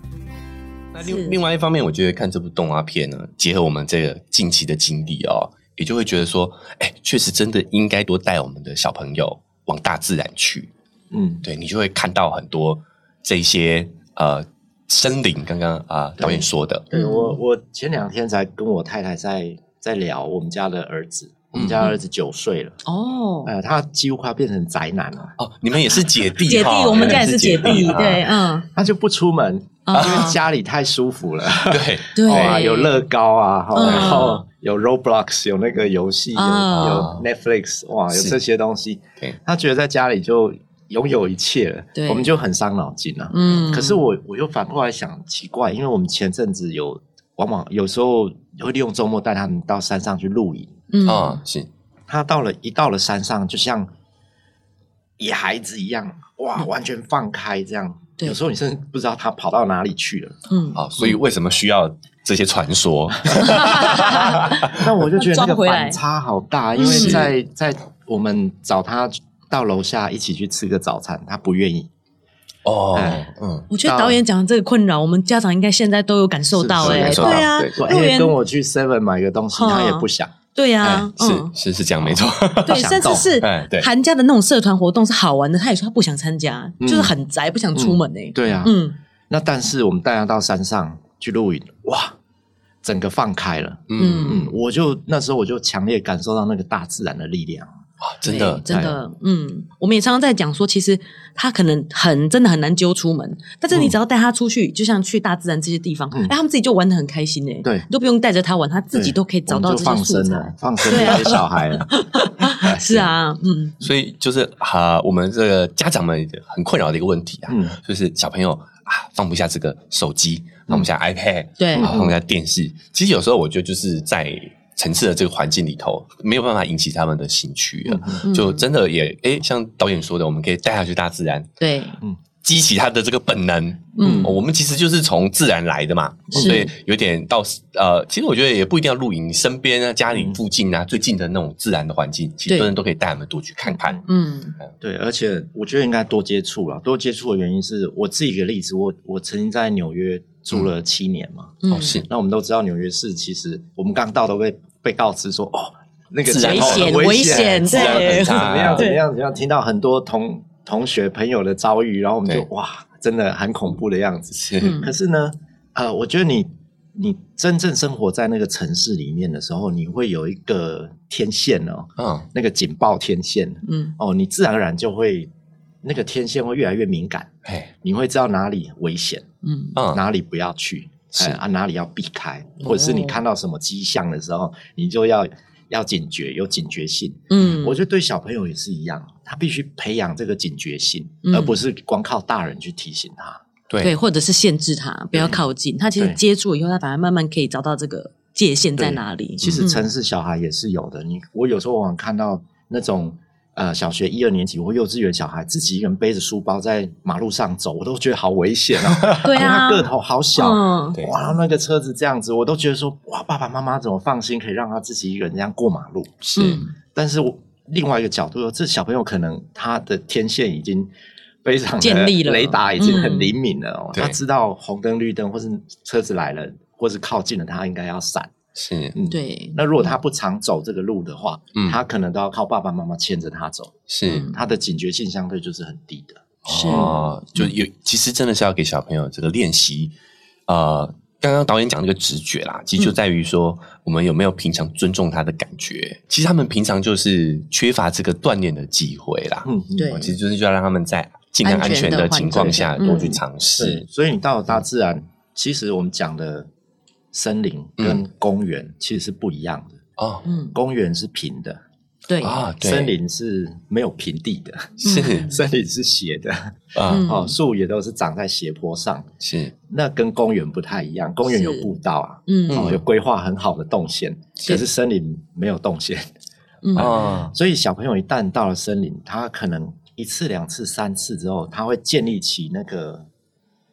S3: 那
S5: 是
S3: 另另外一方面，我觉得看这部动画片呢，结合我们这个近期的经历哦，也就会觉得说，哎，确实真的应该多带我们的小朋友往大自然去，
S4: 嗯，
S3: 对你就会看到很多这一些呃森林，刚刚啊、导演说的，
S4: 对
S2: 嗯
S4: 我我前两天才跟我太太在在聊我们家的儿子，我们
S3: 嗯
S4: 家儿子九岁了，
S5: 嗯
S2: 哦，
S4: 呃，他几乎快要变成宅男了，
S3: 哦，你们也是姐弟 哈，
S2: 姐弟，我们家也
S3: 你
S2: 是姐
S4: 哎
S2: 弟，
S3: 啊
S2: 对，嗯，
S4: 他就不出门，
S2: 啊
S4: 因为家里太舒服了，
S3: 对，
S2: 对
S4: 哇，有乐高啊，
S2: 嗯
S4: 然后有 Roblox，有那个游戏，有
S2: 啊
S4: 有 Netflix，哇，有
S3: 是
S4: 这些东西
S3: 对，
S4: 他觉得在家里就拥有一切了
S2: 对，
S4: 我们就很伤脑筋了。啊
S2: 嗯，
S4: 可是我我又反过来想，奇怪，因为我们前阵子有往往有时候会利用周末带他们到山上去露营，
S2: 嗯
S3: 啊、
S4: 哦
S3: 是，
S4: 他到了一到了山上，就像野孩子一样，哇，完全放开这样。
S2: 嗯对
S4: 有时候你甚至不知道他跑到哪里去了。
S2: 嗯，
S3: 好，啊所以为什么需要这些传说？
S2: 啊
S4: 那我就觉 得那
S2: 装
S4: 个
S2: 回来
S4: 反差好大，因为
S2: 嗯
S4: 在在我们找他到楼下一起去吃个早餐，他不愿意。
S3: 哦
S4: 哎，
S3: 嗯，
S2: 我觉得导演讲的这个困扰，我们家长应该现在都有感受到，
S4: 是是
S2: 哎，
S3: 感受到
S2: 对啊
S3: 对，
S4: 说
S2: 幼儿园
S4: 哎，跟我去 Seven 买个东西，
S2: 嗯
S4: 他也不想。
S2: 对
S3: 哎
S2: 呀，嗯，
S3: 是是是这样，没错。
S2: 对，
S4: 想
S2: 甚至
S4: 动
S2: 是
S3: 哎对
S2: 寒假的那种社团活动是好玩的，他也说他不想参加，
S4: 嗯
S2: 就是很宅，不想出门哎，
S4: 对啊，
S2: 嗯，
S4: 那但是我们带他到山上去露营，哇，整个放开了。
S3: 嗯
S4: 嗯，我就那时候我就强烈感受到那个大自然的力量。
S3: 真的
S2: 对真
S3: 哎
S2: 的，嗯，我们也常常在讲说，其实他可能很真的很难揪出门，但是你只要带他出去，就像去大自然这些地方，哎、
S4: 嗯
S2: 他们自己就玩的很开心哎、
S4: 对
S2: 你都不用带着他玩，他自己
S4: 对
S2: 都可以找
S4: 我
S2: 到
S4: 们
S2: 这
S4: 就
S2: 些
S4: 放
S2: 素
S4: 生
S2: 材啊
S4: 了，。放生这些小孩 了，哎
S2: 是，啊，嗯，
S3: 所以就是哈、我们这个家长们很困扰的一个问题啊，
S4: 嗯，
S3: 就是小朋友啊放不下这个手机，
S2: 嗯
S3: 放不下 iPad，、
S2: 对
S3: 啊，放不下电视。其实有时候我觉得就是在层次的这个环境里头，没有办法引起他们的兴趣啊。
S2: 嗯
S3: 就真的也诶，像导演说的，我们可以带他去大自然，
S2: 对，
S3: 激起他的这个本能。
S2: 嗯
S3: 哦我们其实就是从自然来的嘛，
S2: 是
S3: 所以有点到呃，其实我觉得也不一定要露营，身边啊、家里
S4: 嗯
S3: 附近啊、最近的那种自然的环境，其实
S2: 对
S3: 真的都可以带他们多去看看。
S2: 嗯，
S4: 对，而且我觉得应该多接触了。多接触的原因是我自己一个例子，我我曾经在纽约住了七年嘛。
S2: 嗯
S3: 哦，是
S4: 那我们都知道纽约市其实我们刚到都被被告知说哦，那个
S3: 自然
S4: 气候很
S2: 危
S4: 危
S2: 险危险
S4: 自然
S2: 对
S4: 很差怎么样
S3: 对
S4: 怎么样怎么样，听到很多同同学朋友的遭遇，然后我们就
S3: 对
S4: 哇，真的很恐怖的样子。
S3: 是，
S2: 嗯
S4: 可是呢，呃，我觉得你你真正生活在那个城市里面的时候，你会有一个天线哦，
S3: 嗯，
S4: 那个警报天线
S2: 嗯，
S4: 哦，你自然而然就会那个天线会越来越敏感，
S3: 哎，
S4: 你会知道哪里危险。
S2: 嗯，
S3: 嗯，
S4: 哪里不要去，
S3: 是哦
S4: 哎啊，哪里要避开，或者是你看到什么迹象的时候，你就要要警觉，有警觉性。
S2: 嗯，
S4: 我觉得对小朋友也是一样，啊他必须培养这个警觉性，
S2: 嗯
S4: 而不是光靠大人去提醒他。
S2: 对，
S3: 对，
S2: 或者是限制他，不要
S4: 对
S2: 靠近他。其实
S4: 对
S2: 接触以后，他反而慢慢可以找到这个界限在
S4: 对
S2: 哪里。
S4: 其实
S2: 嗯
S4: 城市小孩也是有的，你我有时候往往看到那种。呃，小学一二年级或幼稚园小孩自己一个人背着书包在马路上走，我都觉得好危 险啊！
S2: 对
S4: 因为
S2: 啊
S4: 他，个头好小，
S2: 嗯，
S3: 对
S4: 哇，那个车子这样子，我都觉得说，哇，爸爸妈妈怎么放心可以让他自己一个人这样过马路？
S3: 是，
S2: 嗯
S4: 但是我另外一个角度，这小朋友可能他的天线已经非常的
S2: 建立了嗯
S4: 雷达已经很灵敏了、哦，
S3: 对
S4: 他知道红灯、绿灯，或是车子来了，或是靠近了，他应该要闪。
S3: 是，
S4: 嗯，。
S2: 对，
S4: 那如果他不常走这个路的话，
S3: 嗯
S4: 他可能都要靠爸爸妈妈牵着他走，
S3: 是
S2: 嗯，
S4: 他的警觉性相对就是很低的。
S2: 是，
S3: 哦，就有其实真的是要给小朋友这个练习。呃，刚刚导演讲那个直觉啦，其实就在于说、我们有没有平常尊重他的感觉。其实他们平常就是缺乏这个锻炼的机会啦。
S4: 嗯，
S2: 对
S3: 哦其实就是就要让他们在尽量安全的
S2: 嗯
S3: 情况下
S2: 安全的
S3: 多
S2: 环境
S3: 去尝
S4: 对
S3: 试。，
S4: 所以你到了大自然，其实我们讲的森林跟公园其实是不一样的。
S3: 哦
S2: 嗯，
S4: 公园是平的，
S2: 对，
S3: 啊，对，
S4: 森林是没有平地的，
S3: 是
S4: 森林是斜的，
S3: 啊、
S2: 嗯
S4: 哦，树也都是长在斜坡上，
S3: 是
S4: 那跟公园不太一样。公园有
S2: 是
S4: 步道啊，
S2: 嗯
S4: 哦，有规划很好的动线，可是森林没有动线，
S2: 嗯
S3: 啊、
S4: 所以小朋友一旦到了森林，他可能一次、两次、三次之后，他会建立起那个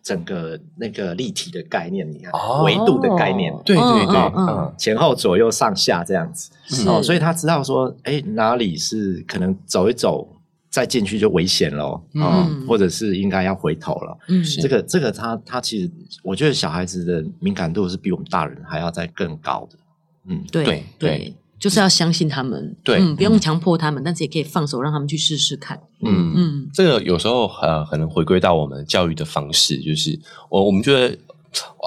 S4: 整个那个立体的概念，你看、
S3: 哦
S4: 维度的概念，
S3: 对对对，
S2: 嗯嗯嗯
S3: 嗯
S4: 前后左右上下这样子。
S2: 是
S4: 哦，所以他知道说，哎，哪里是可能走一走再进去就危险喽，哦
S2: 嗯
S4: 或者是应该要回头了。
S2: 嗯
S3: 是
S4: 这个这个他他其实，我觉得小孩子的敏感度是比我们大人还要再更高的。嗯，
S2: 对
S3: 对
S2: 对就是要相信他们，
S3: 对
S2: 嗯，不用强迫他们，但是也可以放手让他们去试试看，
S3: 嗯
S2: 嗯，
S3: 这个有时候呃，可能回归到我们教育的方式，就是我我们觉得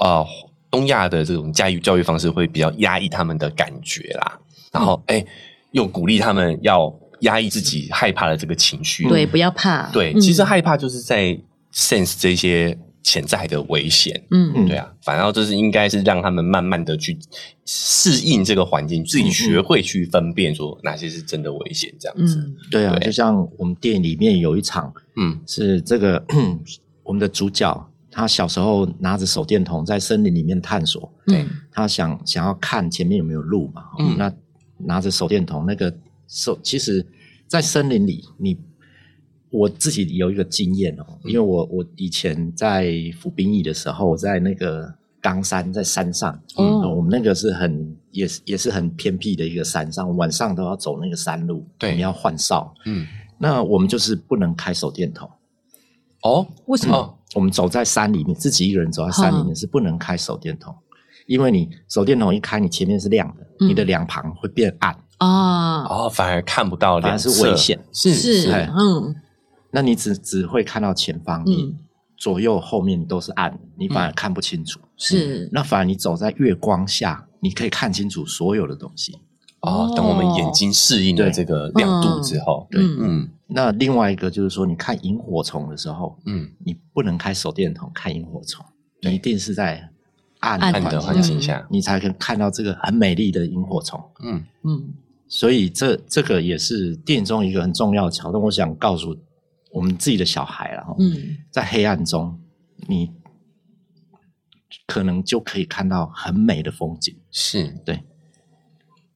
S3: 啊、呃东亚的这种教育教育方式会比较压抑他们的感觉啦，然后
S2: 嗯
S3: 哎、又鼓励他们要压抑自己害怕的这个情绪。
S2: 对，不要怕，
S3: 对，
S2: 嗯
S3: 其实害怕就是在 sense 这些潜在的危险。
S2: 嗯
S4: 嗯
S3: 对啊，反而就是应该是让他们慢慢的去适应这个环境，
S2: 嗯
S3: 自己学会去分辨说哪些是真的危险，这样子。
S2: 嗯
S4: 对啊，
S3: 对
S4: 就像我们电影里面有一场
S3: 嗯，
S4: 是这个 我们的主角，他小时候拿着手电筒在森林里面探索，
S2: 对，
S4: 他想想要看前面有没有路嘛，哦
S3: 嗯
S4: 那拿着手电筒，那个手其实，在森林里，你我自己有一个经验哦，因为
S3: 嗯
S4: 我我以前在服兵役的时候，在那个冈山，在山上，
S3: 嗯
S4: 呃
S2: 哦，
S4: 我们那个是很也是也是很偏僻的一个山上，晚上都要走那个山路，
S3: 对
S4: 我们要换哨，
S3: 嗯，
S4: 那我们就是不能开手电筒，
S3: 哦，
S2: 为什么？
S3: 哦，
S4: 我们走在山里面，自己一个人走在山
S2: 嗯
S4: 里面是不能开手电筒，因为你手电筒一开，你前面是亮的，
S2: 嗯
S4: 你的两旁会变暗，
S2: 啊，
S3: 哦，反而看不到
S4: 反
S3: 两
S4: 而
S3: 侧，
S4: 是危险。
S3: 是
S2: 是，
S4: 哎
S2: 嗯
S4: 那你只只会看到前方，你
S2: 嗯，
S4: 左右后面都是暗的，你反而看不清楚。
S2: 嗯是
S4: 那反而你走在月光下，你可以看清楚所有的东西。
S3: 哦，等我们眼睛适应了
S4: 对
S3: 这个亮度之后，
S4: 对
S2: 嗯
S3: 嗯
S4: 那另外一个就是说，你看萤火虫的时候，
S3: 嗯，
S4: 你不能开手电筒看萤火虫，你一定是在暗
S2: 暗
S3: 暗的环
S4: 环境下，
S3: 境下，
S4: 你才可以看到这个很美丽的萤火虫。
S3: 嗯
S2: 嗯
S4: 所以这这个也是电影中一个很重要的桥段。我想告诉我们自己的小孩了，嗯，
S2: 嗯
S4: 在黑暗中，你可能就可以看到很美的风景。
S3: 是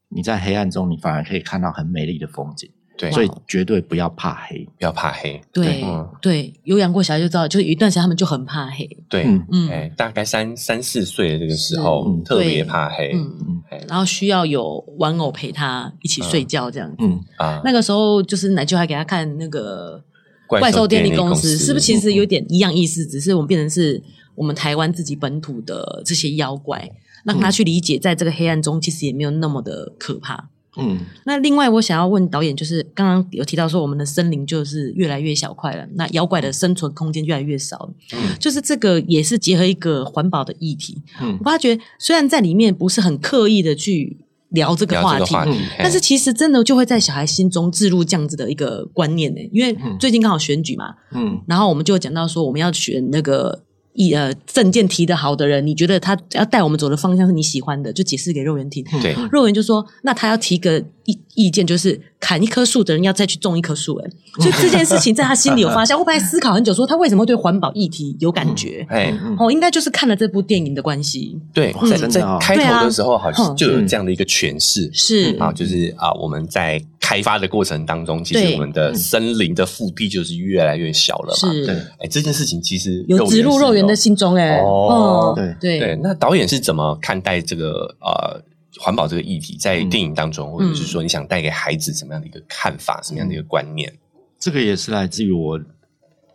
S4: 你在黑暗中，你反而可以看到很美丽的风景，
S3: 对，
S4: 所以绝对不要怕黑。
S3: 不要怕黑，
S2: 对
S3: 嗯
S2: 对，有养过小孩就知道，就有一段时间他们就很怕黑，
S3: 对，
S4: 嗯
S2: 嗯
S3: 哎，大概三三四岁的这个时候
S4: 是嗯
S3: 特别怕黑，
S2: 嗯，
S3: 哎
S2: 然后需要有玩偶陪他一起睡觉这样子。
S4: 嗯，
S3: 啊，
S2: 那个时候就是奶舅还给他看那个
S3: 怪
S2: 怪
S3: 兽
S2: 兽
S3: 电
S2: 电
S3: 力
S2: 力
S3: 公
S2: 公
S3: 司嗯
S2: 司，是不是其实有点一样意思？只是我们变成是我们台湾自己本土的这些妖怪，让
S3: 嗯
S2: 他去理解，在这个黑暗中其实也没有那么的可怕。
S4: 嗯，
S2: 那另外，我想要问导演，就是刚刚有提到说，我们的森林就是越来越小块了，那妖怪的生存空间越来越少了，
S3: 嗯
S2: 就是这个也是结合一个环保的议题。
S4: 嗯
S2: 我发觉虽然在里面不是很刻意的去聊这个
S3: 聊
S2: 话
S3: 这个
S2: 题，
S3: 话题
S4: 嗯，
S3: 哎
S2: 但是其实真的就会在小孩心中植入这样子的一个观念呢、因为
S4: 嗯
S2: 最近刚好选举嘛，
S4: 嗯，
S2: 然后我们就有讲到说，我们要选那个一呃证件提的好的人，你觉得他要带我们走的方向是你喜欢的，就解释给肉圆听。
S3: 对
S2: 肉圆就说，那他要提个意意见，就是砍一棵树的人要再去种一棵树、欸。所以这件事情在他心里有发酵，我本来思考很久，说他为什么会对环保议题有感觉。
S3: 哎，
S4: 嗯
S2: 哦，应该就是看了这部电影的关系，
S3: 对，
S4: 哇
S3: 在
S4: 真的
S3: 在
S4: 哦
S3: 开
S2: 对
S3: 头
S2: 啊
S3: 的时候好像
S2: 哼
S3: 就有这样的一个诠释，
S2: 嗯是
S3: 啊，就是啊，我们在开发的过程当中，其实
S2: 对嗯
S3: 我们的森林的腹地就是越来越小了
S2: 啊
S3: 嘛。
S4: 对
S2: 是，
S3: 哎，这件事情其实
S2: 有植入肉圆的
S3: 是
S2: 心中哎、欸，
S3: 哦
S2: 嗯对
S3: 对。那导演是怎么看待这个呃环保这个议题，在
S4: 嗯
S3: 电影当中，或者是说你想带给孩子什么样的一个看法，什么样的一个
S2: 嗯
S3: 观念？
S4: 这个也是来自于我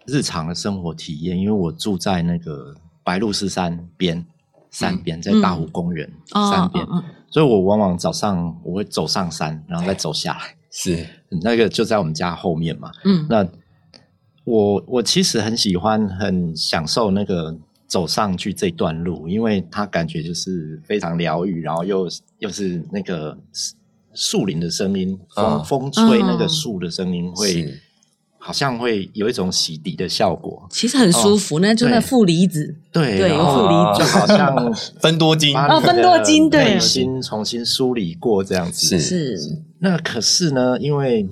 S4: 日常的生活体验，因为我住在那个白鹭寺山边，山边在大湖公园、
S2: 嗯哦
S4: 山边，
S2: 嗯嗯
S4: 所以我往往早上我会走上山，然后再走下来，
S3: 是，
S4: 那个就在我们家后面嘛。
S2: 嗯
S4: 那我我其实很喜欢，很享受那个走上去这段路，因为它感觉就是非常疗愈，然后又又是那个树林的声音，风、
S3: 啊
S4: 风吹那个
S2: 嗯
S4: 树的声音会。
S3: 是
S4: 好像会有一种洗涤的效果，
S2: 其实很舒服，那就那负离子，
S4: 对
S2: 对
S4: 然
S2: 有
S4: 后
S2: 负离
S4: 就好像
S3: 分多金
S4: 把你
S2: 哦分多
S4: 的
S2: 金对
S4: 内心重新梳理过这样子。
S3: 是
S2: 是
S4: 那可是呢，因为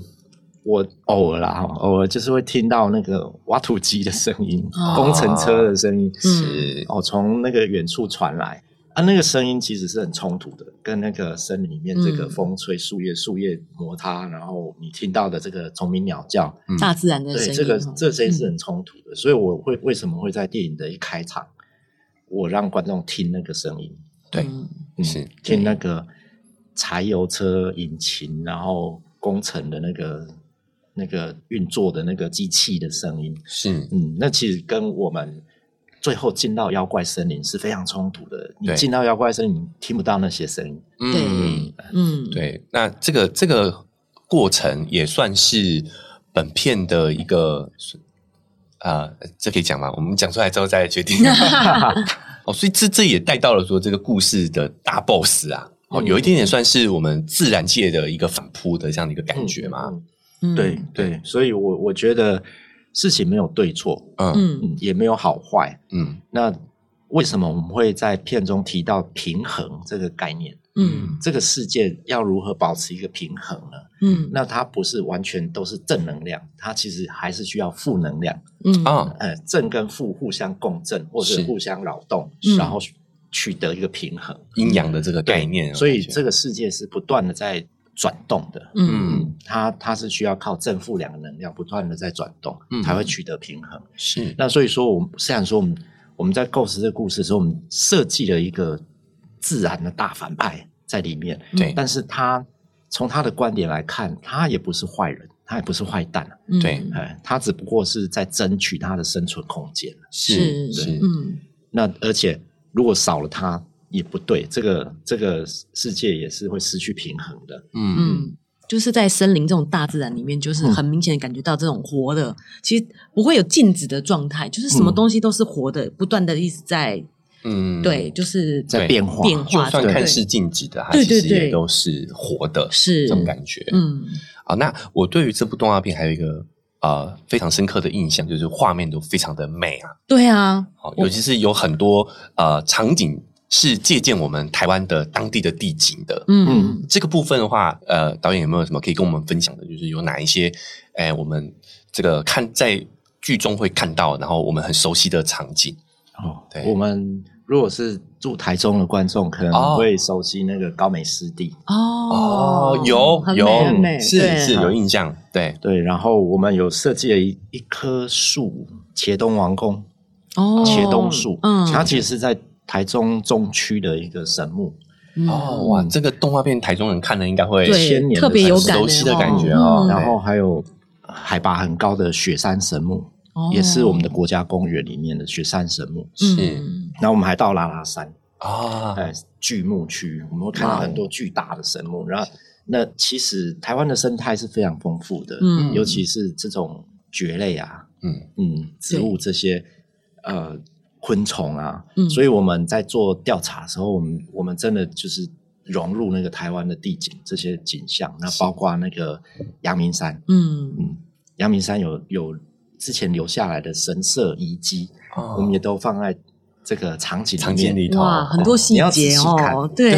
S4: 我偶尔啦，偶尔就是会听到那个挖土机的声音、
S2: 哦嗯
S4: 工程车的声音，
S3: 是
S4: 哦，从那个远处传来啊，那个声音其实是很冲突的，跟那个森林里面这个
S2: 嗯
S4: 风吹树叶、树叶摩擦，然后你听到的这个虫鸣鸟叫，
S2: 大自然的嗯声
S4: 对，
S2: 音。
S4: 这个
S2: 哦
S4: 这些是很冲突的，所以我会为什么会在电影的一开场，我让观众听那个声音，
S3: 对
S2: 嗯
S4: 嗯
S3: 是
S4: 听那个柴油车引擎，然后工程的那个那个运作的那个机器的声音，
S3: 是，
S4: 嗯，那其实跟我们最后进到妖怪森林是非常冲突的。你
S3: 对
S4: 进到妖怪森林，你听不到那些声音，
S3: 嗯。
S2: 嗯，
S3: 对，那这个这个过程也算是本片的一个啊、呃这可以讲吗？我们讲出来之后 再决定。哦，所以这这也带到了说这个故事的大 boss 啊，哦，有一点点算是我们自然界的一个反扑的这样的一个 感觉嘛。
S4: 嗯？
S2: 嗯
S4: 对，对，所以我我觉得事情没有对错，
S3: 嗯
S2: 嗯
S4: 嗯，也没有好坏，
S3: 嗯
S4: 那为什么我们会在片中提到平衡这个概念？
S2: 嗯
S4: 这个世界要如何保持一个平衡呢？
S2: 嗯
S4: 那它不是完全都是正能量，它其实还是需要负能量，
S2: 嗯
S3: 啊，
S4: 呃，正跟负互相共振，或者
S3: 是
S4: 是互相扰动
S2: 嗯，
S4: 然后取得一个平衡。
S3: 阴阳的这个概念，
S4: 所以
S3: 我感觉
S4: 这个世界是不断的在转动的。
S2: 嗯
S3: 嗯
S4: 嗯，它它是需要靠正负两个能量不断的在转动
S3: 嗯，
S4: 才会取得平衡。
S3: 是
S4: 那所以说，我们虽然说我们我们在构思这个故事的时候，我们设计了一个自然的大反派在里面，
S3: 对
S4: 但是他从他的观点来看，他也不是坏人，他也不是坏蛋，
S2: 嗯
S3: 对
S4: 哎，他只不过是在争取他的生存空间。啊
S3: 是
S2: 是
S3: 是
S2: 嗯
S4: 那而且如果少了他也不对，这个这个世界也是会失去平衡的。
S3: 嗯
S2: 嗯。就是在森林这种大自然里面，就是很明显地感觉到这种活的，其实不会有静止的状态，就是什么
S4: 嗯
S2: 东西都是活的，不断的一直在
S3: 嗯，
S2: 对，就是
S4: 在变化
S2: 变
S3: 就
S2: 化
S3: 算
S2: 对
S3: 看似静止的，它
S2: 对
S3: 其
S2: 对
S3: 实也
S2: 对
S3: 都是活的，
S2: 是
S3: 这种感觉。
S2: 嗯，
S3: 好，那我对于这部动画片还有一个呃非常深刻的印象，就是画面都非常的美啊，
S2: 对啊，
S3: 好，
S2: 我
S3: 尤其是有很多呃场景是借鉴我们台湾的当地的地景的。
S2: 嗯
S4: 嗯，
S3: 这个部分的话，呃，导演有没有什么可以跟我们分享的？就是有哪一些，哎、我们这个看在剧中会看到，然后我们很熟悉的场景
S4: 哦
S3: 对，
S4: 我们如果是住台中的观众，可
S3: 哦
S4: 能会熟悉那个高美湿地。
S2: 哦
S3: 有
S2: 很美很美
S3: 有是
S2: 对
S3: 是有印象，对，
S4: 对，然后我们有设计了一一棵树，茄东王宫，
S2: 哦
S4: 茄东树，
S2: 嗯，
S4: 它其实是在台中中区的一个神木，
S2: 嗯
S3: 哦哇，这个动画片台中人看了应该会
S4: 千
S2: 对
S4: 年的啊
S2: 特别有感
S3: 很熟悉的感觉
S2: 哦
S3: 哦，
S4: 然后还有海拔很高的雪山神木，
S2: 哦
S4: 也是我们的国家公园里面的雪山神木。
S2: 嗯
S4: 然后我们还到拉拉山，
S3: 啊，
S4: 在巨木区，我们会看
S2: 哇哦
S4: 到很多巨大的神木。然后，那其实台湾的生态是非常丰富的，
S2: 嗯
S4: 尤其是这种蕨类啊，
S3: 嗯
S4: 嗯，植物这些呃昆虫啊，
S2: 嗯
S4: 所以我们在做调查的时候，我们我们真的就是融入那个台湾的地景这些景象，那包括那个阳明山，
S2: 嗯
S4: 嗯，阳明山有有之前留下来的神社遗迹，
S3: 哦
S4: 我们也都放在这个场景
S3: 常见
S4: 面。
S3: 里头哦
S2: 哇，很多细
S4: 哦你要
S2: 节
S4: 仔细看
S2: 哦，对，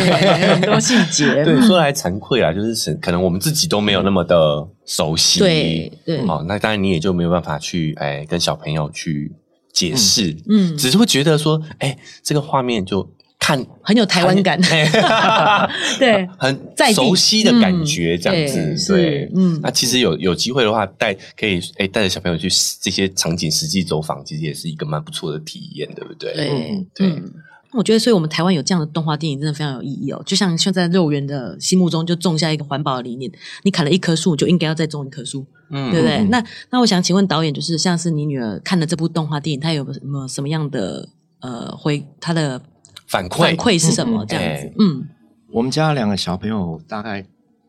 S2: 很多细 节，
S3: 对，说来惭愧啊，就是是可能我们自己都没有那么的熟悉。
S2: 对
S4: 嗯
S2: 对，
S3: 哦，那当然你也就没有办法去哎跟小朋友去解释，
S2: 嗯，
S3: 只是会觉得说，哎，这个画面就看
S2: 很有台 湾感，
S3: 哎
S2: 对，
S3: 很
S2: 在地嗯
S3: 熟悉的感觉，这样
S2: 对
S3: 子。
S2: 是
S3: 对，
S2: 嗯
S4: 哎
S3: 那其实有有机会的话，带可以哎带着小朋友去这些场景实际走访，其实也是一个蛮不错的体验，对不对？
S2: 对
S4: 嗯
S3: 对
S2: 嗯我觉得，所以我们台湾有这样的动画电影，真的非常有意义哦。就像现在肉圆的心目中就种下一个环保的理念，你砍了一棵树，就应该要再种一棵树，
S3: 嗯
S2: 对不对？
S4: 嗯
S2: 那那我想请问导演，就是像是你女儿看了这部动画电影，她有没有什么什么样的呃回她的
S3: 反馈
S2: 反馈是什么？
S4: 嗯
S2: 这样子
S3: 哎，
S2: 嗯，
S4: 我们家两个小朋友大概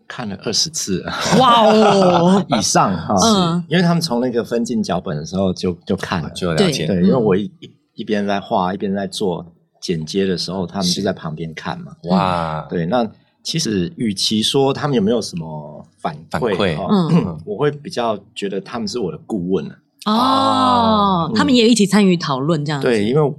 S4: 看了二十次
S2: 哇哦，
S4: 以上哈，
S2: 嗯
S4: 因为他们从那个分镜脚本的时候就就看了，
S3: 就了解
S4: 对，
S2: 嗯
S4: 因为我一一一边在画一边在做剪接的时候，他们就在旁边看嘛。
S2: 嗯
S3: 哇，
S4: 对，那其实与其说他们有没有什么反
S3: 反
S4: 馈，
S3: 馈
S4: 哦
S3: 嗯
S4: 我会比较觉得他们是我的顾问啊。
S2: 哦，他们也一起参与讨论这样子，
S4: 嗯对，因为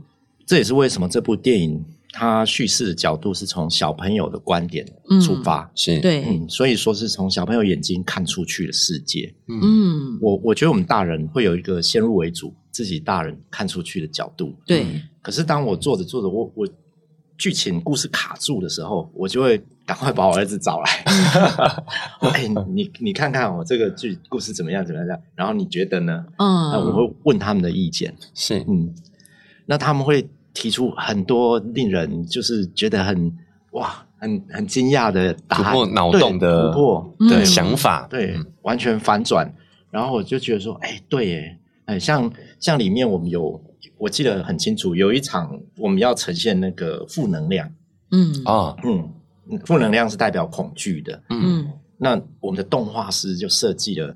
S4: 这也是为什么这部电影它叙事的角度是从小朋友的观点出发，
S3: 是，
S2: 嗯对，
S4: 嗯，所以说是从小朋友眼睛看出去的世界。
S3: 嗯
S2: 嗯，
S4: 我我觉得我们大人会有一个先入为主，自己大人看出去的角度。
S2: 对，
S4: 可是当我做着做着，我我剧情故事卡住的时候，我就会赶快把我儿子找 来。哎，你你看看我这个剧故事怎么样怎么样？然后你觉得呢？
S2: 嗯，
S4: 那我会问他们的意见。
S3: 是，
S4: 嗯，那他们会提出很多令人就是觉得很哇很很惊讶的答
S3: 突
S4: 案，
S3: 破脑
S4: 对
S3: 洞的
S4: 突破，
S2: 嗯
S3: 的想法，
S4: 对
S3: 嗯，
S4: 完全反转。然后我就觉得说，哎，对耶，哎，像像里面我们有，我记得很清楚，有一场我们要呈现那个负能量，
S2: 嗯
S3: 哦，
S4: 嗯，嗯负能量是代表恐惧的。
S3: 嗯，
S2: 嗯
S4: 那我们的动画师就设计了，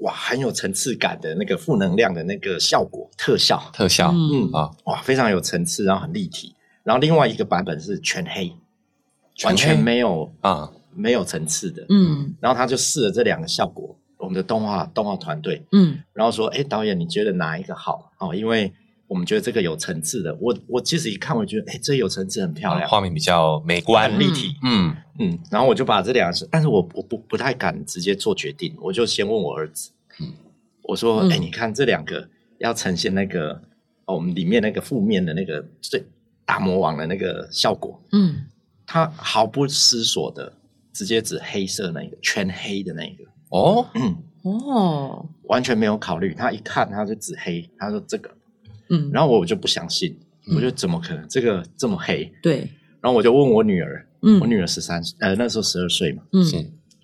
S4: 哇，很有层次感的那个负能量的那个效果特效，
S3: 特效
S2: 嗯
S3: 啊，
S4: 哇，非常有层次，然后很立体。然后另外一个版本是全黑，完
S3: 全黑
S4: 全没有
S3: 啊，
S4: 没有层次的。
S2: 嗯
S4: 然后他就试了这两个效果，我们的动画动画团队，
S2: 嗯
S4: 然后说：“哎，导演，你觉得哪一个好？哦，因为我们觉得这个有层次的。我我其实一看，我觉得哎，这有层次，很漂亮，
S3: 画面比较美观
S4: 很，立体。
S3: 嗯，
S4: 嗯然后我就把这两个，但是我我不不太敢直接做决定，我就先问我儿子，
S3: 嗯
S4: 我说：
S2: 嗯
S4: 哎，你看这两个要呈现那个、哦、我们里面那个负面的那个最大魔王的那个效果，
S2: 嗯，
S4: 他毫不思索的直接指黑色那一个，全黑的那一个。”
S3: 哦，
S2: 嗯哦，
S4: 完全没有考虑，他一看他就指黑，他说这个，
S2: 嗯，
S4: 然后我就不相信，
S3: 嗯
S4: 我就怎么可能这个这么黑？
S2: 对，
S4: 然后我就问我女儿，
S2: 嗯
S4: 我女儿十三岁，呃，那时候十二岁嘛，
S2: 嗯
S3: 是，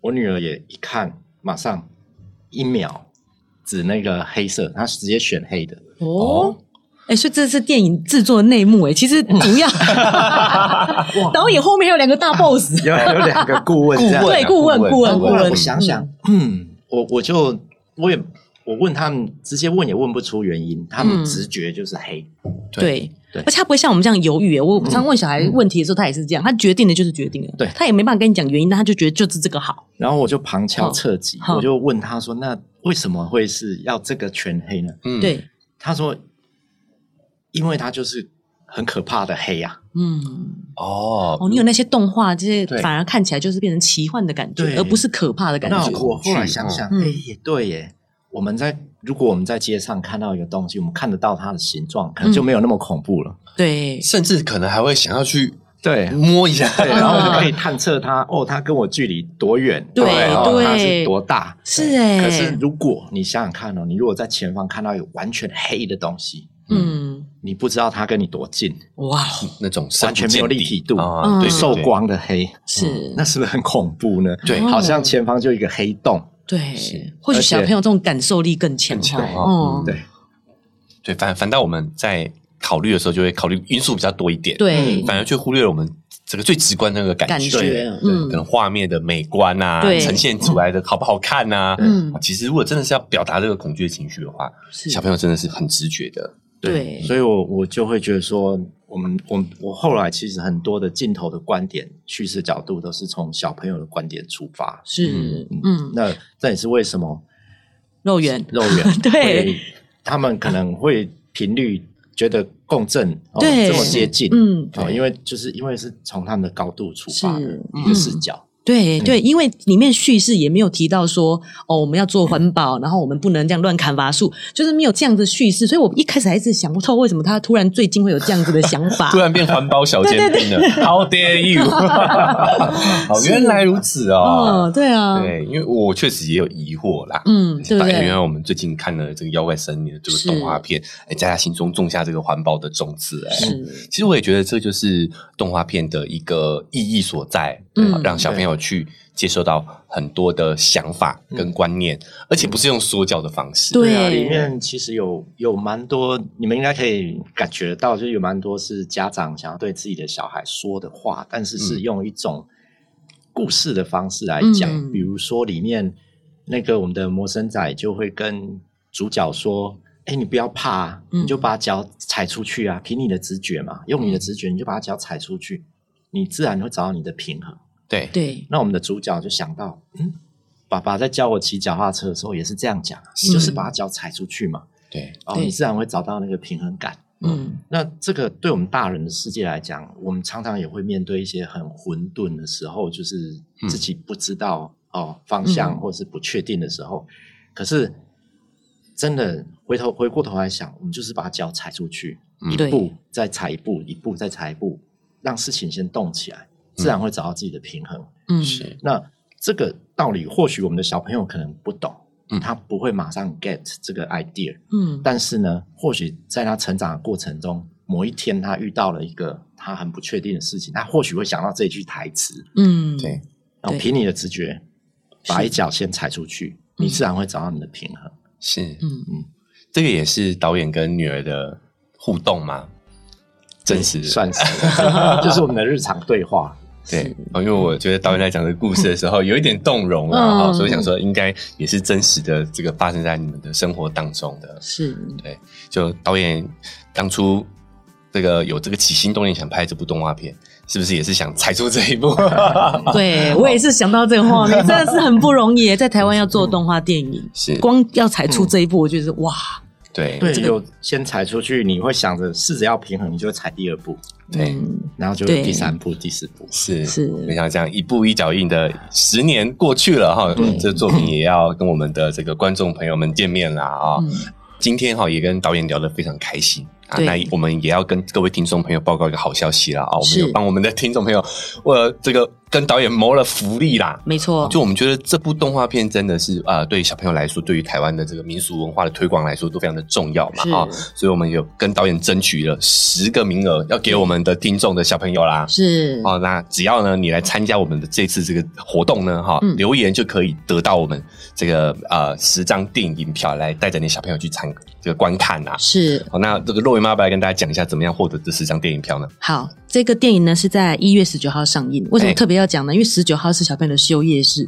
S4: 我女儿也一看，马上一秒指那个黑色，她直接选黑的，
S2: 哦。哎、所以这是电影制作的内幕哎、其实
S4: 嗯
S2: 主 要导演后面有两个大 boss，
S4: 有有两 个顾问这样，
S2: 对，顾问，顾问，顾嗯
S4: 然后
S2: 问，
S4: 我想想，嗯，我我就我也我问他们，直接问也问不出原因，他们
S2: 嗯
S4: 直觉就是黑。
S2: 对。
S4: 对嗯
S2: 而且他不会像我们这样犹豫耶。哎我我常问小孩问题的时候，他也是这样，他决定了就是决定了，
S4: 对
S2: 他也没办法跟你讲原因，但他就觉得就是这个好。
S4: 然后我就旁敲侧击，
S2: 哼
S4: 我就问他说：“那为什么会是要这个全黑呢
S3: 嗯，
S2: 对，？”
S4: 他说：“因为它就是很可怕的黑啊。
S2: 嗯，
S3: 哦，
S2: 哦，你有那些动画，这些
S3: 对
S2: 反而看起来就是变成奇幻的感觉，
S4: 对
S2: 而不是可怕的”感
S4: 那
S2: 觉。
S4: 我后来想想，
S2: 嗯
S4: 哎，也对耶。我们在如果我们在街上看到一个东西，我们看得到它的形状，可
S2: 嗯
S4: 能就没有那么恐怖了。
S2: 对，
S3: 甚至可能还会想要去
S4: 对，
S2: 嗯
S3: 摸一下，
S4: 对，然后我们可以探测它，哦，它跟我距离多远，哦
S2: 对
S4: 然后它
S2: 对
S4: 是多大。
S2: 是哎。
S4: 可是如果你想想看哦，你如果在前方看到有完全黑的东西，
S2: 嗯，
S4: 你不知道它跟你多近，
S2: 哇， 哦
S3: 那种深
S4: 完
S3: 不
S4: 全没
S3: 见
S4: 有
S3: 底
S4: 立体度，
S3: 啊，
S2: 嗯
S3: 对，
S4: 受
S3: 对，
S4: 光的黑，
S2: 是
S4: 嗯那是不是很恐怖呢？
S3: 对
S4: 好像前方就一个黑洞。
S2: 对
S4: 是，
S2: 或许
S4: 而且
S2: 小朋友这种感受力更强
S3: 更强
S2: 哦。嗯，
S4: 对，
S3: 对，反反倒我们在考虑的时候，就会考虑因素比较多一点，，
S4: 嗯
S2: 对，
S3: 反而却忽略了我们这个最直观的那个感
S2: 感
S3: 觉，
S2: 觉
S4: 对，
S3: 可能
S2: 嗯
S3: 画面的美观啊，
S2: 对
S3: 呈现出来的好不好看啊。
S2: 嗯，
S3: 其实，如果真的是要表达这个恐惧的情绪的话，
S2: 是
S3: 小朋友真的是很直觉的。
S2: 对，
S4: 所以我我就会觉得说，我们我我后来其实很多的镜头的观点、叙事角度都是从小朋友的观点出发。
S2: 是
S4: 嗯
S2: 嗯，
S4: 那这也是为什么
S2: 肉圆，
S4: 肉圆
S2: 对
S4: 会，他们可能会频率觉得共振哦
S2: 对
S4: 这么接近，
S2: 嗯，
S4: 哦，因为就是因为是从他们的高度出发的
S2: 是嗯
S4: 一个视角，
S2: 对对，因为里面叙事也没有提到说哦，我们要做环保，然后我们不能这样乱砍伐树，就是没有这样的叙事，所以我一开始还是想不透为什么他突然最近会有这样子的想法
S3: 突。然变环保小尖兵了，How dare you！好，原来如此
S2: 哦，
S3: 哦。
S2: 对啊，
S3: 对，因啊为我确实也有疑惑啦。
S2: 嗯，对不
S3: 反因为
S2: 对？
S3: 我们最近看了这个《妖怪森林》的这个
S2: 是
S3: 动画片，哎，在他心中种下这个环保的种子。哎，
S2: 是，
S3: 其实我也觉得这就是动画片的一个意义所在，
S2: 嗯
S3: 让小朋友去接受到很多的想法跟观念，而且不是用说教的方式。
S2: 嗯对
S4: 啊，里面其实有有蛮多，你们应该可以感觉到，就是有蛮多是家长想要对自己的小孩说的话，但是是用一种故事的方式来讲，
S2: 嗯
S4: 比如说里面那个我们的魔神仔就会跟主角说。哎，你不要怕、啊，
S2: 嗯
S4: 你就把脚踩出去啊！凭你的直觉嘛，用你的直觉，你就把脚踩出去，你自然会找到你的平衡。
S3: 对
S2: 对，
S4: 那我们的主角就想到，嗯，爸爸在教我骑脚踏车的时候也是这样讲啊，你就是把脚踩出去嘛，
S3: 对
S4: 然
S2: 嗯
S4: 后
S2: 对
S4: 你自然会找到那个平衡感。
S2: 嗯，
S4: 那这个对我们大人的世界来讲，我们常常也会面对一些很混沌的时候，就是自己不知道、哦方向
S2: 嗯
S4: 或是不确定的时候，可是真的回头回过头来想，我们就是把脚踩出去，
S3: 嗯
S4: 一
S2: 对
S4: 步再踩一步，一步再踩一步，让事情先动起来，自然会找到自己的平衡。
S2: 嗯，
S3: 是，
S4: 那这个道理，或许我们的小朋友可能不懂，
S3: 嗯
S4: 他不会马上 get 这个 idea，
S2: 嗯，
S4: 但是呢，或许在他成长的过程中，某一天他遇到了一个他很不确定的事情，他或许会想到这句台词，
S2: 嗯，
S3: 对，
S4: 然后
S2: 对
S4: 凭你的直觉，把
S2: 是
S4: 一脚先踩出去，
S2: 嗯
S4: 你自然会找到你的平衡。
S3: 是，
S2: 嗯
S3: 这个也是导演跟女儿的互动嘛，真实的
S4: 算是，就是我们的日常 对话。
S3: 对，哦因为我觉得导演在讲这个故事的时候，有一点动容啊，哈
S2: 嗯
S3: 所以想说应该也是真实的，这个发生在你们的生活当中的。
S2: 是，
S3: 对，就导演当初这个有这个起心动念想拍这部动画片，是不是也是想踩出这一步？
S2: 对我也是想到这个画面，真的是很不容易耶，在台湾要做动画电影，
S3: 是嗯
S2: 光要踩出这一步，我觉得是哇，
S3: 对
S4: 对，有先踩出去，你会想着试着要平衡，你就会踩第二步，
S3: 对，
S2: 嗯
S4: 然后就
S2: 对
S4: 第三步、第四步。
S3: 是
S2: 是
S3: 没想到这样一步一脚印的十年过去了哈
S2: 对，
S3: 这作品也要跟我们的这个观众朋友们见面啦啊、
S2: 嗯
S3: 今天哈也跟导演聊得非常开心啊，
S2: 对
S3: 那我们也要跟各位听众朋友报告一个好消息啦啊，我们
S2: 是
S3: 有帮我们的听众朋友，呃，这个跟导演谋了福利啦。
S2: 没错，
S3: 就我们觉得这部动画片真的是啊、呃对于小朋友来说，对于台湾的这个民俗文化的推广来说都非常的重要嘛
S2: 是
S3: 啊、所以我们有跟导演争取了十个名额，要给我们的听众的小朋友啦。
S2: 是
S3: 哦，那只要呢你来参加我们的这次这个活动呢，哈、
S2: 嗯
S3: 留言就可以得到我们这个呃十张电影票，来带着你小朋友去参这个观看啊。
S2: 是
S3: 好，那这个肉圆妈要不要来跟大家讲一下，怎么样获得这十张电影票呢？
S2: 好，这个电影呢是在一月十九号上映，为什么
S3: 哎
S2: 特别要讲呢？因为十九号是小朋友的休业 日，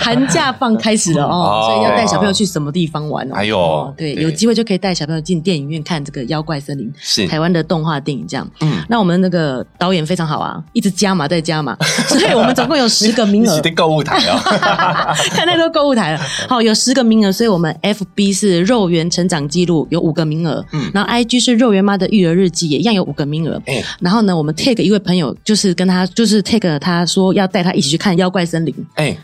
S2: 寒假放开始了
S3: 哦
S2: 哦，所以要带小朋友去什么地方玩哦？
S3: 哎呦
S2: 哦对，
S3: 对
S2: 有机会就可以带小朋友进电影院看这个《妖怪森林》
S3: 是
S2: 台湾的动画电影这样。
S3: 嗯
S2: 那我们那个导演非常好啊，一直加码再加码，所以我们总共有十个名
S3: 你
S2: 额
S3: 是。在购物台哦，
S2: 看太多购物 台了。好，有十个名额，所以我们 FB 是肉圆成长记录，有五个名额。
S3: 嗯
S2: 嗯，然后 IG 是肉圆妈的育儿日记，也一样有五个名额。
S3: 哎
S2: 然后呢，我们 take 一位朋友，就是跟他，就是 take 他说要带他一起去看《妖怪森林》，
S3: 哎，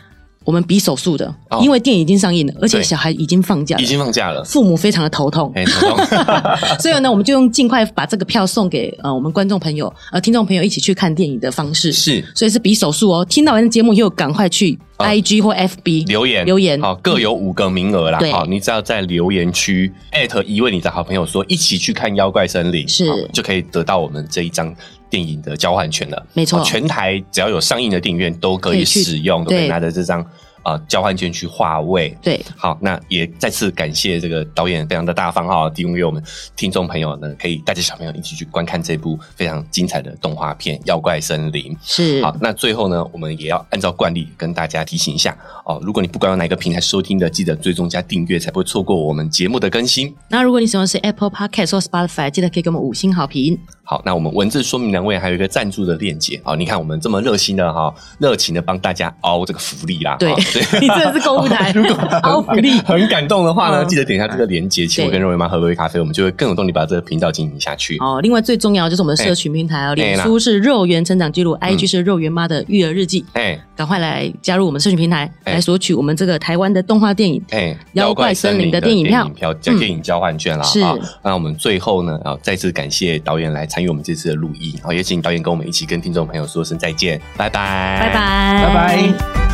S2: 我们比手速的，
S3: 哦
S2: 因为电影已经上映了，而且
S3: 对
S2: 小孩已经放假了
S3: 已。经放假了，
S2: 父母非常的头痛，
S3: 哎，成功
S2: 所以呢，我们就用尽快把这个票送给呃我们观众朋友、呃听众朋友一起去看电影的方式，
S3: 是
S2: 所以是比手速哦。听到完节目以后，赶快去
S3: 哦
S2: IG 或 FB
S3: 留言
S2: 留言
S3: 好，各有五个名额啦，
S2: 对
S3: 好，你只要在留言区艾特一位你的好朋友说一起去看《妖怪森林》，
S2: 是
S3: 好就可以得到我们这一张电影的交换权了。
S2: 没错
S3: 好全台只要有上映的电影院都可
S2: 可
S3: 以
S2: 以去
S3: 使用，都可以
S2: 对
S3: 拿着这张啊交换券去划位。
S2: 对，
S3: 好，那也再次感谢这个导演非常的大方哈，提供给我们听众朋友呢，可以带着小朋友一起去观看这部非常精彩的动画片《妖怪森林》。
S2: 是
S3: 好，那最后呢，我们也要按照惯例跟大家提醒一下哦，如果你不管用哪个平台收听的，记得追踪加订阅，才不会错过我们节目的更新。
S2: 那如果你使用的是 Apple Podcast 或 Spotify，记得可以给我们五星好评。
S3: 好，那我们文字说明栏位还有一个赞助的链接。好，你看我们这么热心的哈，热情的帮大家凹这个福利啦。
S2: 对
S3: 哦所以
S2: 你真的是购物 台凹福利
S3: 很感动的话呢，
S2: 嗯
S3: 记得点一下这个连接，请我
S2: 对
S3: 跟肉圆妈喝杯咖啡，我们就会更有动力把这个频道经营下去。
S2: 哦。另外最重要的就是我们的社群平
S3: 哎
S2: 台哦，脸书是肉圆成长记
S3: 嗯
S2: 录，IG 是肉圆妈的育儿日记，
S3: 哎
S2: 赶快来加入我们社群平台，
S3: 哎
S2: 来索取我们这个台湾的动画电影。
S3: 哎，
S2: 妖怪森林的电影票
S3: 票加
S2: 嗯
S3: 电影交换券啦。
S2: 是
S3: 啊那我们最后呢，啊，再次感谢导演来参与我们这次的啊哎录音，好，也请导演跟我们一起跟听众朋友说声再见，拜拜，
S2: 拜拜，
S4: 拜拜。